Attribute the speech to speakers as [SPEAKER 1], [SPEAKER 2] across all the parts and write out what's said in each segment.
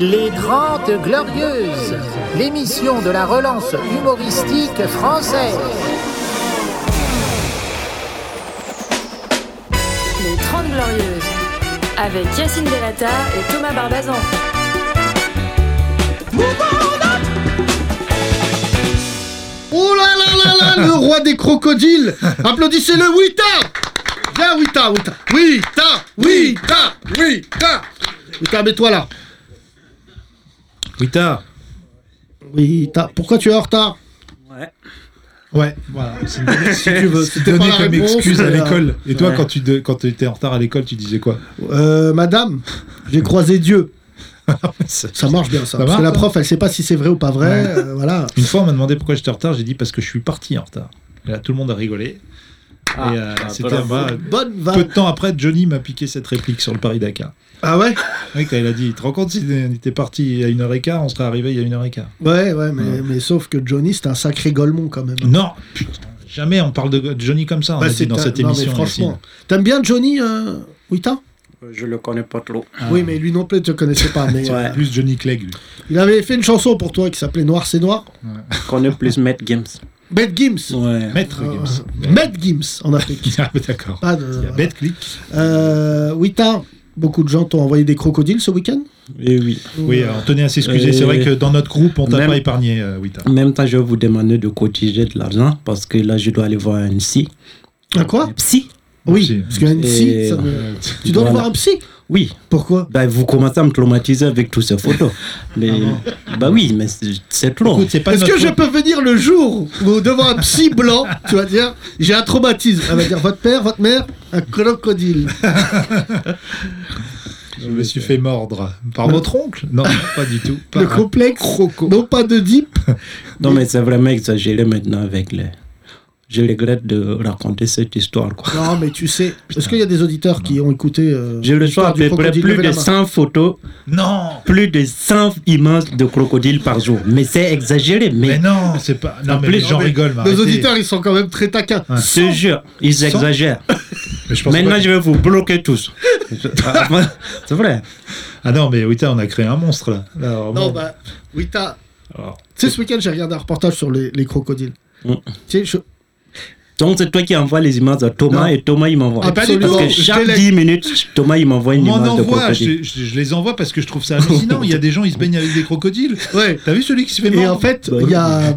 [SPEAKER 1] Les Grandes Glorieuses, l'émission de la relance humoristique française.
[SPEAKER 2] Les 30 Glorieuses, avec Yacine Delata et Thomas Barbazan.
[SPEAKER 3] Oh là là là là, le roi des crocodiles Applaudissez-le, Wita Viens, Wita, Wita Wita Wita Wita Wita, mets-toi là
[SPEAKER 4] Wita,
[SPEAKER 3] Wita, pourquoi tu es en retard
[SPEAKER 5] Ouais.
[SPEAKER 3] Ouais, voilà. c'est- Si tu veux,
[SPEAKER 4] c'est
[SPEAKER 3] c'était pas
[SPEAKER 4] donné
[SPEAKER 3] la
[SPEAKER 4] comme
[SPEAKER 3] réponse,
[SPEAKER 4] excuse à
[SPEAKER 3] mais, euh,
[SPEAKER 4] l'école. Et toi,
[SPEAKER 5] Ouais.
[SPEAKER 4] quand tu de- quand tu étais en retard à l'école, tu disais quoi
[SPEAKER 3] Euh, madame, j'ai croisé Dieu.
[SPEAKER 4] C'est-
[SPEAKER 3] Ça marche bien, ça.
[SPEAKER 4] Ça
[SPEAKER 3] parce
[SPEAKER 4] marche,
[SPEAKER 3] que la
[SPEAKER 4] ça
[SPEAKER 3] prof, elle sait pas si c'est vrai ou pas vrai. euh, voilà.
[SPEAKER 4] Une fois, on m'a demandé pourquoi j'étais en retard. J'ai dit parce que je suis parti en retard. Et là, tout le monde a rigolé.
[SPEAKER 5] Ah,
[SPEAKER 4] et euh,
[SPEAKER 5] ah,
[SPEAKER 4] c'était
[SPEAKER 5] voilà.
[SPEAKER 4] bah,
[SPEAKER 3] Bonne
[SPEAKER 4] peu
[SPEAKER 3] vanne.
[SPEAKER 4] de temps après, Johnny m'a piqué cette réplique sur le Paris Dakar.
[SPEAKER 3] Ah ouais
[SPEAKER 4] Oui, quand il a dit, tu te rends compte si on était parti à une heure et quart, on serait arrivé il y a une heure et quart.
[SPEAKER 3] Ouais, ouais, mais, mais sauf que Johnny, c'est un sacré golemon quand même.
[SPEAKER 4] Non, putain, jamais on parle de de Johnny comme ça. Ah, On
[SPEAKER 3] Bah,
[SPEAKER 4] a dit
[SPEAKER 3] c'est
[SPEAKER 4] dans
[SPEAKER 3] un-
[SPEAKER 4] cette
[SPEAKER 3] non, mais
[SPEAKER 4] émission.
[SPEAKER 3] franchement.
[SPEAKER 4] Yacine.
[SPEAKER 3] T'aimes bien Johnny, euh, Wita
[SPEAKER 5] Euh, Je le connais pas trop.
[SPEAKER 4] Ah.
[SPEAKER 3] Oui, mais lui non plus, tu ne connaissais pas. Mais, euh,
[SPEAKER 5] Ouais.
[SPEAKER 4] Plus Johnny Clegg. lui.
[SPEAKER 3] Il avait fait une chanson pour toi qui s'appelait Noir c'est noir.
[SPEAKER 5] Je connais plus Matt Games.
[SPEAKER 3] Beth Gims.
[SPEAKER 5] Ouais.
[SPEAKER 4] Maître
[SPEAKER 3] Euh,
[SPEAKER 4] Gims.
[SPEAKER 3] Beth Gims en Afrique.
[SPEAKER 4] Ah, bah, D'accord.
[SPEAKER 3] Pas de-
[SPEAKER 4] Il y a
[SPEAKER 3] voilà.
[SPEAKER 4] Bête Click.
[SPEAKER 3] Euh, Wita, beaucoup de gens t'ont envoyé des crocodiles ce week-end. Euh,
[SPEAKER 5] Et oui.
[SPEAKER 4] Oui, alors, on tenait à s'excuser. C'est
[SPEAKER 5] Euh,
[SPEAKER 4] vrai que dans notre groupe, on t'a
[SPEAKER 5] même-
[SPEAKER 4] pas épargné, euh, Wita.
[SPEAKER 5] En même temps, je vais vous demander de cotiser de l'argent parce que là, je dois aller voir un psy.
[SPEAKER 3] Un ah, quoi
[SPEAKER 5] Un psy
[SPEAKER 3] Oui,
[SPEAKER 4] Psy.
[SPEAKER 3] parce qu'un psy,
[SPEAKER 5] Et-
[SPEAKER 3] ça me- tu dois
[SPEAKER 5] Voilà.
[SPEAKER 3] voir un psy.
[SPEAKER 5] Oui.
[SPEAKER 3] Pourquoi
[SPEAKER 5] Bah, vous commencez à me traumatiser avec toutes ces photos. Mais, bah oui, mais c'est- c'est trop.
[SPEAKER 4] Écoute, c'est pas
[SPEAKER 3] Est-ce
[SPEAKER 4] notre
[SPEAKER 3] que je
[SPEAKER 4] groupe.
[SPEAKER 3] peux venir le jour où devant un psy blanc, tu vas dire j'ai un traumatisme Elle va dire votre père, votre mère, un crocodile.
[SPEAKER 4] Je me suis fait mordre par votre oncle Non, pas du tout. Par
[SPEAKER 3] Le
[SPEAKER 4] un-
[SPEAKER 3] complexe. Non pas de deep.
[SPEAKER 5] Non, mais c'est vraiment exagéré maintenant avec les. Je regrette de raconter cette histoire, quoi.
[SPEAKER 3] Non mais tu sais, est-ce qu'il y a des auditeurs qui ont écouté euh,
[SPEAKER 5] Je reçois à
[SPEAKER 3] l'histoire du
[SPEAKER 5] peu près
[SPEAKER 3] crocodile
[SPEAKER 5] plus
[SPEAKER 3] Levez
[SPEAKER 5] de
[SPEAKER 3] la main.
[SPEAKER 5] 100 photos,
[SPEAKER 4] Non
[SPEAKER 5] plus de 100 images de crocodiles par jour. Mais c'est exagéré,
[SPEAKER 4] Mais
[SPEAKER 5] mais
[SPEAKER 4] non, c'est pas. Non, mais
[SPEAKER 5] Appelez-
[SPEAKER 4] les gens
[SPEAKER 5] Non, mais
[SPEAKER 4] rigolent. mais
[SPEAKER 3] Nos
[SPEAKER 4] arrêtez.
[SPEAKER 3] auditeurs, ils sont quand même très taquins.
[SPEAKER 4] Ouais.
[SPEAKER 5] je te jure, ils exagèrent.
[SPEAKER 4] Mais je pense
[SPEAKER 5] Maintenant,
[SPEAKER 4] pas-
[SPEAKER 5] je vais vous bloquer tous. Je- Ah, moi, c'est vrai.
[SPEAKER 4] Ah non, mais Wita, on a créé un monstre là. Là, vraiment.
[SPEAKER 3] Non, bah, oui, t'as.
[SPEAKER 4] Alors,
[SPEAKER 3] Tu sais, ce week-end, j'ai regardé un reportage sur les, les crocodiles.
[SPEAKER 5] Mm.
[SPEAKER 3] Tu sais, je-
[SPEAKER 5] Donc, c'est toi qui envoie les images à Thomas
[SPEAKER 3] Non.
[SPEAKER 5] et Thomas, il m'envoie.
[SPEAKER 3] Ah, pas du
[SPEAKER 5] Parce
[SPEAKER 3] tout,
[SPEAKER 5] que
[SPEAKER 3] je
[SPEAKER 5] chaque
[SPEAKER 3] délègue.
[SPEAKER 5] 10 minutes, Thomas, il m'envoie
[SPEAKER 4] On
[SPEAKER 5] une
[SPEAKER 4] m'en
[SPEAKER 5] image de
[SPEAKER 4] envoie,
[SPEAKER 5] crocodile.
[SPEAKER 4] je, je- je les envoie parce que je trouve ça hallucinant. Il y a des gens, ils se baignent avec des crocodiles.
[SPEAKER 3] Ouais.
[SPEAKER 4] T'as vu celui qui se fait
[SPEAKER 3] Et
[SPEAKER 4] mordre
[SPEAKER 3] en fait,
[SPEAKER 5] Bah
[SPEAKER 3] il y a.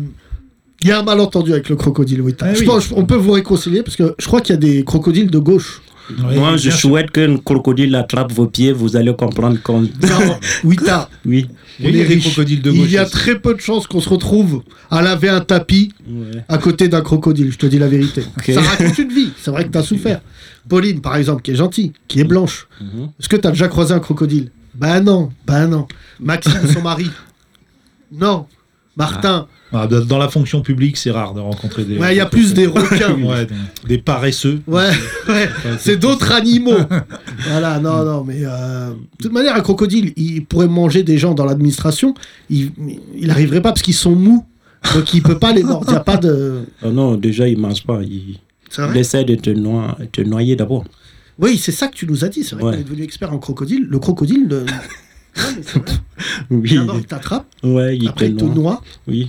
[SPEAKER 3] Il y a un malentendu avec le crocodile, oui. t'as.
[SPEAKER 4] Ah
[SPEAKER 3] je
[SPEAKER 4] oui.
[SPEAKER 3] pense on peut vous réconcilier parce que je crois qu'il y a des crocodiles de gauche.
[SPEAKER 4] Ouais,
[SPEAKER 5] Moi, je
[SPEAKER 4] bien sûr.
[SPEAKER 5] souhaite qu'un crocodile attrape vos pieds, vous allez comprendre quand.
[SPEAKER 3] Non, oui, t'as.
[SPEAKER 5] Oui.
[SPEAKER 4] Oui, il y a des crocodiles de gauche.
[SPEAKER 3] Il y a
[SPEAKER 4] aussi.
[SPEAKER 3] très peu de chances qu'on se retrouve à laver un tapis à côté d'un crocodile, je te dis la vérité.
[SPEAKER 5] Ok.
[SPEAKER 3] Ça raconte une vie, c'est vrai que t'as souffert. Pauline, par exemple, qui est gentille, qui est blanche,
[SPEAKER 5] Mhm.
[SPEAKER 3] est-ce que t'as déjà croisé un crocodile Bah non, bah non. Maxime, son mari Non. Martin,
[SPEAKER 4] Ah, dans- Dans la fonction publique, c'est rare de rencontrer des.
[SPEAKER 3] ouais, il y a plus des requins. ouais,
[SPEAKER 4] Ouais, des paresseux.
[SPEAKER 3] ouais, c'est d'autres animaux. Voilà, non, non, mais euh, de toute manière, un crocodile, il pourrait manger des gens dans l'administration, il, il arriverait pas parce qu'ils sont mous, donc il peut pas les mordre. Il y a pas de.
[SPEAKER 5] Oh non, déjà, il ne mange pas. Il,
[SPEAKER 3] C'est
[SPEAKER 5] il essaie de te, noie- te noyer d'abord.
[SPEAKER 3] Oui, c'est ça que tu nous as dit. C'est vrai
[SPEAKER 5] Ouais.
[SPEAKER 3] qu'on est devenu expert en crocodile. Le crocodile, le-
[SPEAKER 5] Oui.
[SPEAKER 3] d'abord il t'attrape,
[SPEAKER 5] Ouais, il
[SPEAKER 3] après
[SPEAKER 5] te
[SPEAKER 3] il te
[SPEAKER 5] noie.
[SPEAKER 3] noie,
[SPEAKER 5] Oui.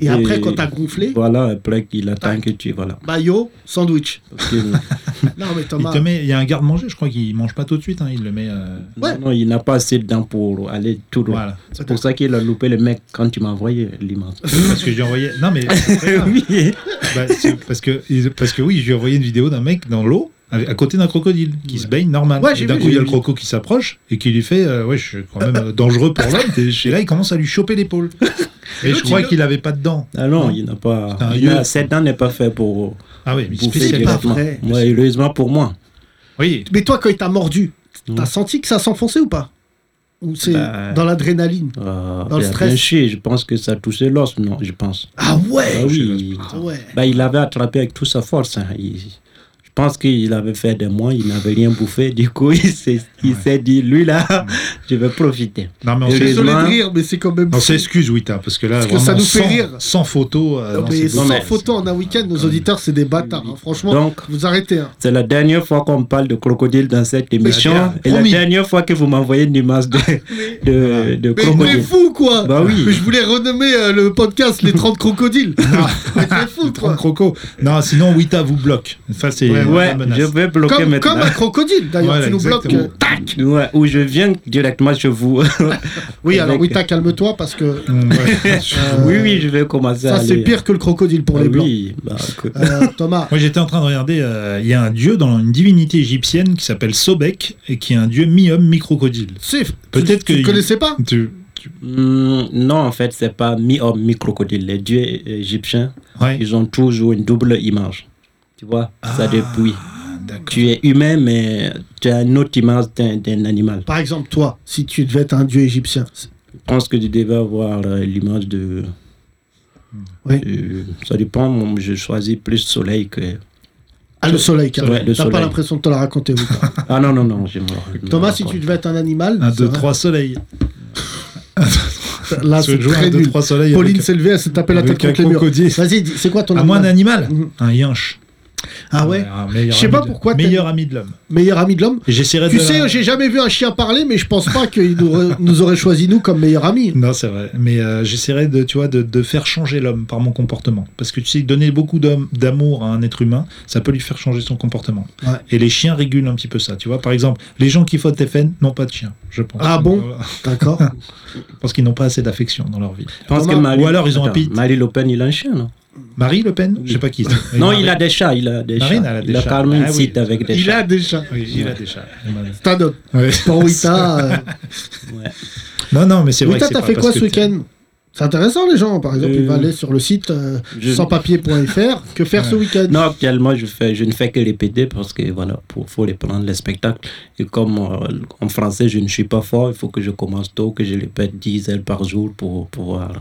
[SPEAKER 3] et,
[SPEAKER 5] Et-
[SPEAKER 3] après quand t'as gonflé,
[SPEAKER 5] Voilà, après qu'il attend que tu. Voilà.
[SPEAKER 3] maillot, sandwich.
[SPEAKER 5] Parce que-
[SPEAKER 3] Non mais
[SPEAKER 4] Il
[SPEAKER 3] Thomas,
[SPEAKER 4] te met- il y a un garde-manger, je crois qu'il mange pas tout de suite. hein, il le met. euh,
[SPEAKER 3] Ouais.
[SPEAKER 5] non, non, il n'a pas assez de dents pour aller tout droit.
[SPEAKER 4] Voilà.
[SPEAKER 5] C'est pour ça qu'il a loupé le mec quand tu m'as envoyé l'image.
[SPEAKER 4] Parce que j'ai envoyé. Non, mais. c'est très grave.
[SPEAKER 5] oui.
[SPEAKER 4] Bah, c'est parce, que, parce que oui, j'ai envoyé une vidéo d'un mec dans l'eau avec- à côté d'un crocodile qui se baigne normal.
[SPEAKER 3] Ouais,
[SPEAKER 4] et
[SPEAKER 3] j'ai
[SPEAKER 4] d'un
[SPEAKER 3] vu,
[SPEAKER 4] coup, il y
[SPEAKER 3] j'ai
[SPEAKER 4] a le
[SPEAKER 3] vu.
[SPEAKER 4] croco qui s'approche et qui lui fait euh, Ouais, je suis quand même euh, dangereux pour l'homme. Et je- Et là, il commence à lui choper l'épaule. Et je crois qu'il avait pas de dents.
[SPEAKER 5] Ah non, il n'a pas.
[SPEAKER 4] C'est un
[SPEAKER 5] il n'a-
[SPEAKER 4] lieu.
[SPEAKER 5] Cette dent n'est pas faite pour
[SPEAKER 4] Ah oui, mais
[SPEAKER 5] bouffer
[SPEAKER 3] c'est
[SPEAKER 4] spécial.
[SPEAKER 3] pas
[SPEAKER 5] directement.
[SPEAKER 3] vrai.
[SPEAKER 5] Ouais, heureusement pour moi.
[SPEAKER 4] Oui.
[SPEAKER 3] mais toi quand il t'a mordu, t'as
[SPEAKER 5] Mm.
[SPEAKER 3] senti que ça s'enfonçait ou pas Ou c'est
[SPEAKER 5] Bah,
[SPEAKER 3] dans l'adrénaline
[SPEAKER 5] Euh,
[SPEAKER 3] Dans le
[SPEAKER 5] il a
[SPEAKER 3] stress.
[SPEAKER 5] bien chié, je pense que ça touchait l'os, non, je pense.
[SPEAKER 3] Ah ouais,
[SPEAKER 5] Ah oui.
[SPEAKER 3] Ah ouais.
[SPEAKER 5] Bah, il l'avait attrapé avec toute sa force. hein. Il- Je pense qu'il avait fait des mois, il n'avait rien bouffé. Du coup, il s'est il s'est dit, lui là, je vais profiter.
[SPEAKER 4] Non, mais on
[SPEAKER 5] Et
[SPEAKER 4] s'est-
[SPEAKER 5] les-
[SPEAKER 3] Désolé de
[SPEAKER 5] Heureusement-
[SPEAKER 3] rire, mais c'est quand même.
[SPEAKER 4] on s'excuse, Wita, parce que là,
[SPEAKER 3] Parce que
[SPEAKER 4] vraiment,
[SPEAKER 3] ça nous fait
[SPEAKER 4] sans,
[SPEAKER 3] rire.
[SPEAKER 4] sans photo. euh,
[SPEAKER 3] Non,
[SPEAKER 4] non,
[SPEAKER 3] mais
[SPEAKER 4] c'est
[SPEAKER 3] sans
[SPEAKER 4] dommage.
[SPEAKER 3] photo en un week-end, nos auditeurs, c'est des bâtards. hein. Franchement,
[SPEAKER 5] Donc-
[SPEAKER 3] vous arrêtez. hein.
[SPEAKER 5] C'est la dernière fois qu'on parle de crocodile dans
[SPEAKER 3] Bah,
[SPEAKER 5] cette émission.
[SPEAKER 4] merde,
[SPEAKER 5] Et la
[SPEAKER 4] promis.
[SPEAKER 5] dernière fois que vous m'envoyez une image de, de, de
[SPEAKER 3] Mais vous êtes
[SPEAKER 5] crocodile.
[SPEAKER 3] fou, quoi
[SPEAKER 5] Bah oui.
[SPEAKER 3] Mais je voulais renommer euh, le podcast Les 30 crocodiles.
[SPEAKER 5] Ah.
[SPEAKER 3] Mais t'es fou,
[SPEAKER 4] Prends
[SPEAKER 3] toi
[SPEAKER 4] Croco. Non, sinon, Wita vous bloque. Ça, c'est
[SPEAKER 3] Ouais,
[SPEAKER 4] la
[SPEAKER 5] Ouais,
[SPEAKER 4] menace.
[SPEAKER 5] je vais bloquer
[SPEAKER 3] comme,
[SPEAKER 5] maintenant.
[SPEAKER 3] comme un crocodile, d'ailleurs,
[SPEAKER 4] Voilà,
[SPEAKER 3] tu nous bloques.
[SPEAKER 4] exactement.
[SPEAKER 3] euh, Tac
[SPEAKER 5] Ouais, ou je viens directement chez vous. Euh,
[SPEAKER 3] Oui, alors,
[SPEAKER 5] Avec-
[SPEAKER 3] oui, tac, calme-toi, parce que euh,
[SPEAKER 4] Hum, ouais.
[SPEAKER 5] oui, oui, je vais commencer à
[SPEAKER 3] ça, c'est
[SPEAKER 5] aller-
[SPEAKER 3] pire que le crocodile pour
[SPEAKER 5] Ah
[SPEAKER 3] les blancs.
[SPEAKER 5] oui, bah, que-
[SPEAKER 3] Euh, Thomas,
[SPEAKER 4] Moi, j'étais en train de regarder. euh, Il y a un dieu dans une divinité égyptienne qui s'appelle Sobek et qui est un dieu mi-homme, mi-crocodile.
[SPEAKER 3] c'est-
[SPEAKER 4] Peut-être
[SPEAKER 3] tu,
[SPEAKER 4] que
[SPEAKER 3] tu
[SPEAKER 4] il-
[SPEAKER 3] connaissais pas
[SPEAKER 4] Tu-
[SPEAKER 5] Hmm, non, en fait, c'est pas mi-homme, mi-crocodile. Les dieux égyptiens,
[SPEAKER 4] Ouais.
[SPEAKER 5] ils ont toujours une double image. Tu vois, ça
[SPEAKER 3] Ah.
[SPEAKER 5] dépouille.
[SPEAKER 4] D'accord.
[SPEAKER 5] Tu es humain, mais tu as une autre image d'un d'un animal.
[SPEAKER 3] Par exemple, toi, si tu devais être un dieu égyptien,
[SPEAKER 5] Je pense que tu devais avoir euh, l'image de.
[SPEAKER 3] Oui.
[SPEAKER 5] Euh, ça dépend, moi, je choisis plus soleil que.
[SPEAKER 3] ah, le soleil, car
[SPEAKER 5] Ouais, le
[SPEAKER 3] t'as pas
[SPEAKER 5] soleil.
[SPEAKER 3] l'impression de te la raconter. oui, toi.
[SPEAKER 5] Ah non, non, non, j'ai me-
[SPEAKER 3] Thomas,
[SPEAKER 5] me
[SPEAKER 3] si tu
[SPEAKER 5] raconte.
[SPEAKER 3] devais être un animal,
[SPEAKER 4] Un,
[SPEAKER 3] ça
[SPEAKER 4] deux,
[SPEAKER 3] va.
[SPEAKER 4] trois soleils.
[SPEAKER 3] là,
[SPEAKER 4] Tu veux
[SPEAKER 3] c'est
[SPEAKER 4] jouer
[SPEAKER 3] très
[SPEAKER 4] un, deux,
[SPEAKER 3] nul.
[SPEAKER 4] trois soleils
[SPEAKER 3] Pauline
[SPEAKER 4] avec-
[SPEAKER 3] s'est levée, elle s'est tapée la tête
[SPEAKER 4] avec un
[SPEAKER 3] contre les murs.
[SPEAKER 4] crocodile.
[SPEAKER 3] Vas-y, dis- c'est quoi ton
[SPEAKER 4] À moi, un
[SPEAKER 3] animal
[SPEAKER 4] animal
[SPEAKER 3] Mhm.
[SPEAKER 4] Un yinche.
[SPEAKER 3] Ah ouais
[SPEAKER 4] Un meilleur
[SPEAKER 3] Je sais
[SPEAKER 4] ami
[SPEAKER 3] pas
[SPEAKER 4] de-
[SPEAKER 3] pourquoi t'aimes-
[SPEAKER 4] Meilleur ami de l'homme.
[SPEAKER 3] Meilleur ami de l'homme
[SPEAKER 4] Et J'essaierai de.
[SPEAKER 3] Tu sais,
[SPEAKER 4] la-
[SPEAKER 3] j'ai jamais vu un chien parler, mais je pense pas qu'il nous, aurait- nous aurait choisi nous comme meilleur ami.
[SPEAKER 4] Non, c'est vrai. Mais euh, j'essaierai de, tu vois, de, de faire changer l'homme par mon comportement. Parce que tu sais, donner beaucoup d'hom- d'amour à un être humain, ça peut lui faire changer son comportement.
[SPEAKER 3] Ouais.
[SPEAKER 4] Et les chiens régulent un petit peu ça. Tu vois, par exemple, les gens qui font FN n'ont pas de chien, je pense.
[SPEAKER 3] Ah bon
[SPEAKER 4] Voilà.
[SPEAKER 3] D'accord.
[SPEAKER 4] Parce qu'ils n'ont pas assez d'affection dans leur vie.
[SPEAKER 5] Je pense que
[SPEAKER 3] Thomas,
[SPEAKER 5] Marie-
[SPEAKER 4] ou alors ils ont un
[SPEAKER 5] Attends,
[SPEAKER 4] pit.
[SPEAKER 5] Marie Le Pen, il a un chien, non
[SPEAKER 4] Marie Le Pen Je sais pas qui. c'est.
[SPEAKER 5] Non,
[SPEAKER 4] Marie-
[SPEAKER 5] il a des chats, il a des
[SPEAKER 4] Marine,
[SPEAKER 5] chats.
[SPEAKER 4] elle a des
[SPEAKER 5] il a
[SPEAKER 4] chats.
[SPEAKER 5] carrément une
[SPEAKER 4] Ah oui.
[SPEAKER 5] site avec des
[SPEAKER 3] Il
[SPEAKER 5] chats.
[SPEAKER 3] a des chats.
[SPEAKER 4] Oui, il a des chats.
[SPEAKER 3] T'as d'autres.
[SPEAKER 4] Ouais.
[SPEAKER 3] Pour Wita. euh,
[SPEAKER 4] Non, non, mais c'est vrai.
[SPEAKER 3] Wita,
[SPEAKER 4] que c'est
[SPEAKER 3] t'as
[SPEAKER 4] pas
[SPEAKER 3] fait
[SPEAKER 4] parce
[SPEAKER 3] quoi
[SPEAKER 4] que
[SPEAKER 3] ce week-end c'est intéressant les gens, par exemple,
[SPEAKER 5] Euh,
[SPEAKER 3] il va aller sur le site euh,
[SPEAKER 5] je-
[SPEAKER 3] sanspapier.fr. Que faire ce week-end
[SPEAKER 5] Non, actuellement, je, fais, je ne fais que répéter parce que voilà, pour, faut les prendre les spectacles. Et comme euh, en français, je ne suis pas fort, il faut que je commence tôt, que je répète 10 heures par jour pour pouvoir.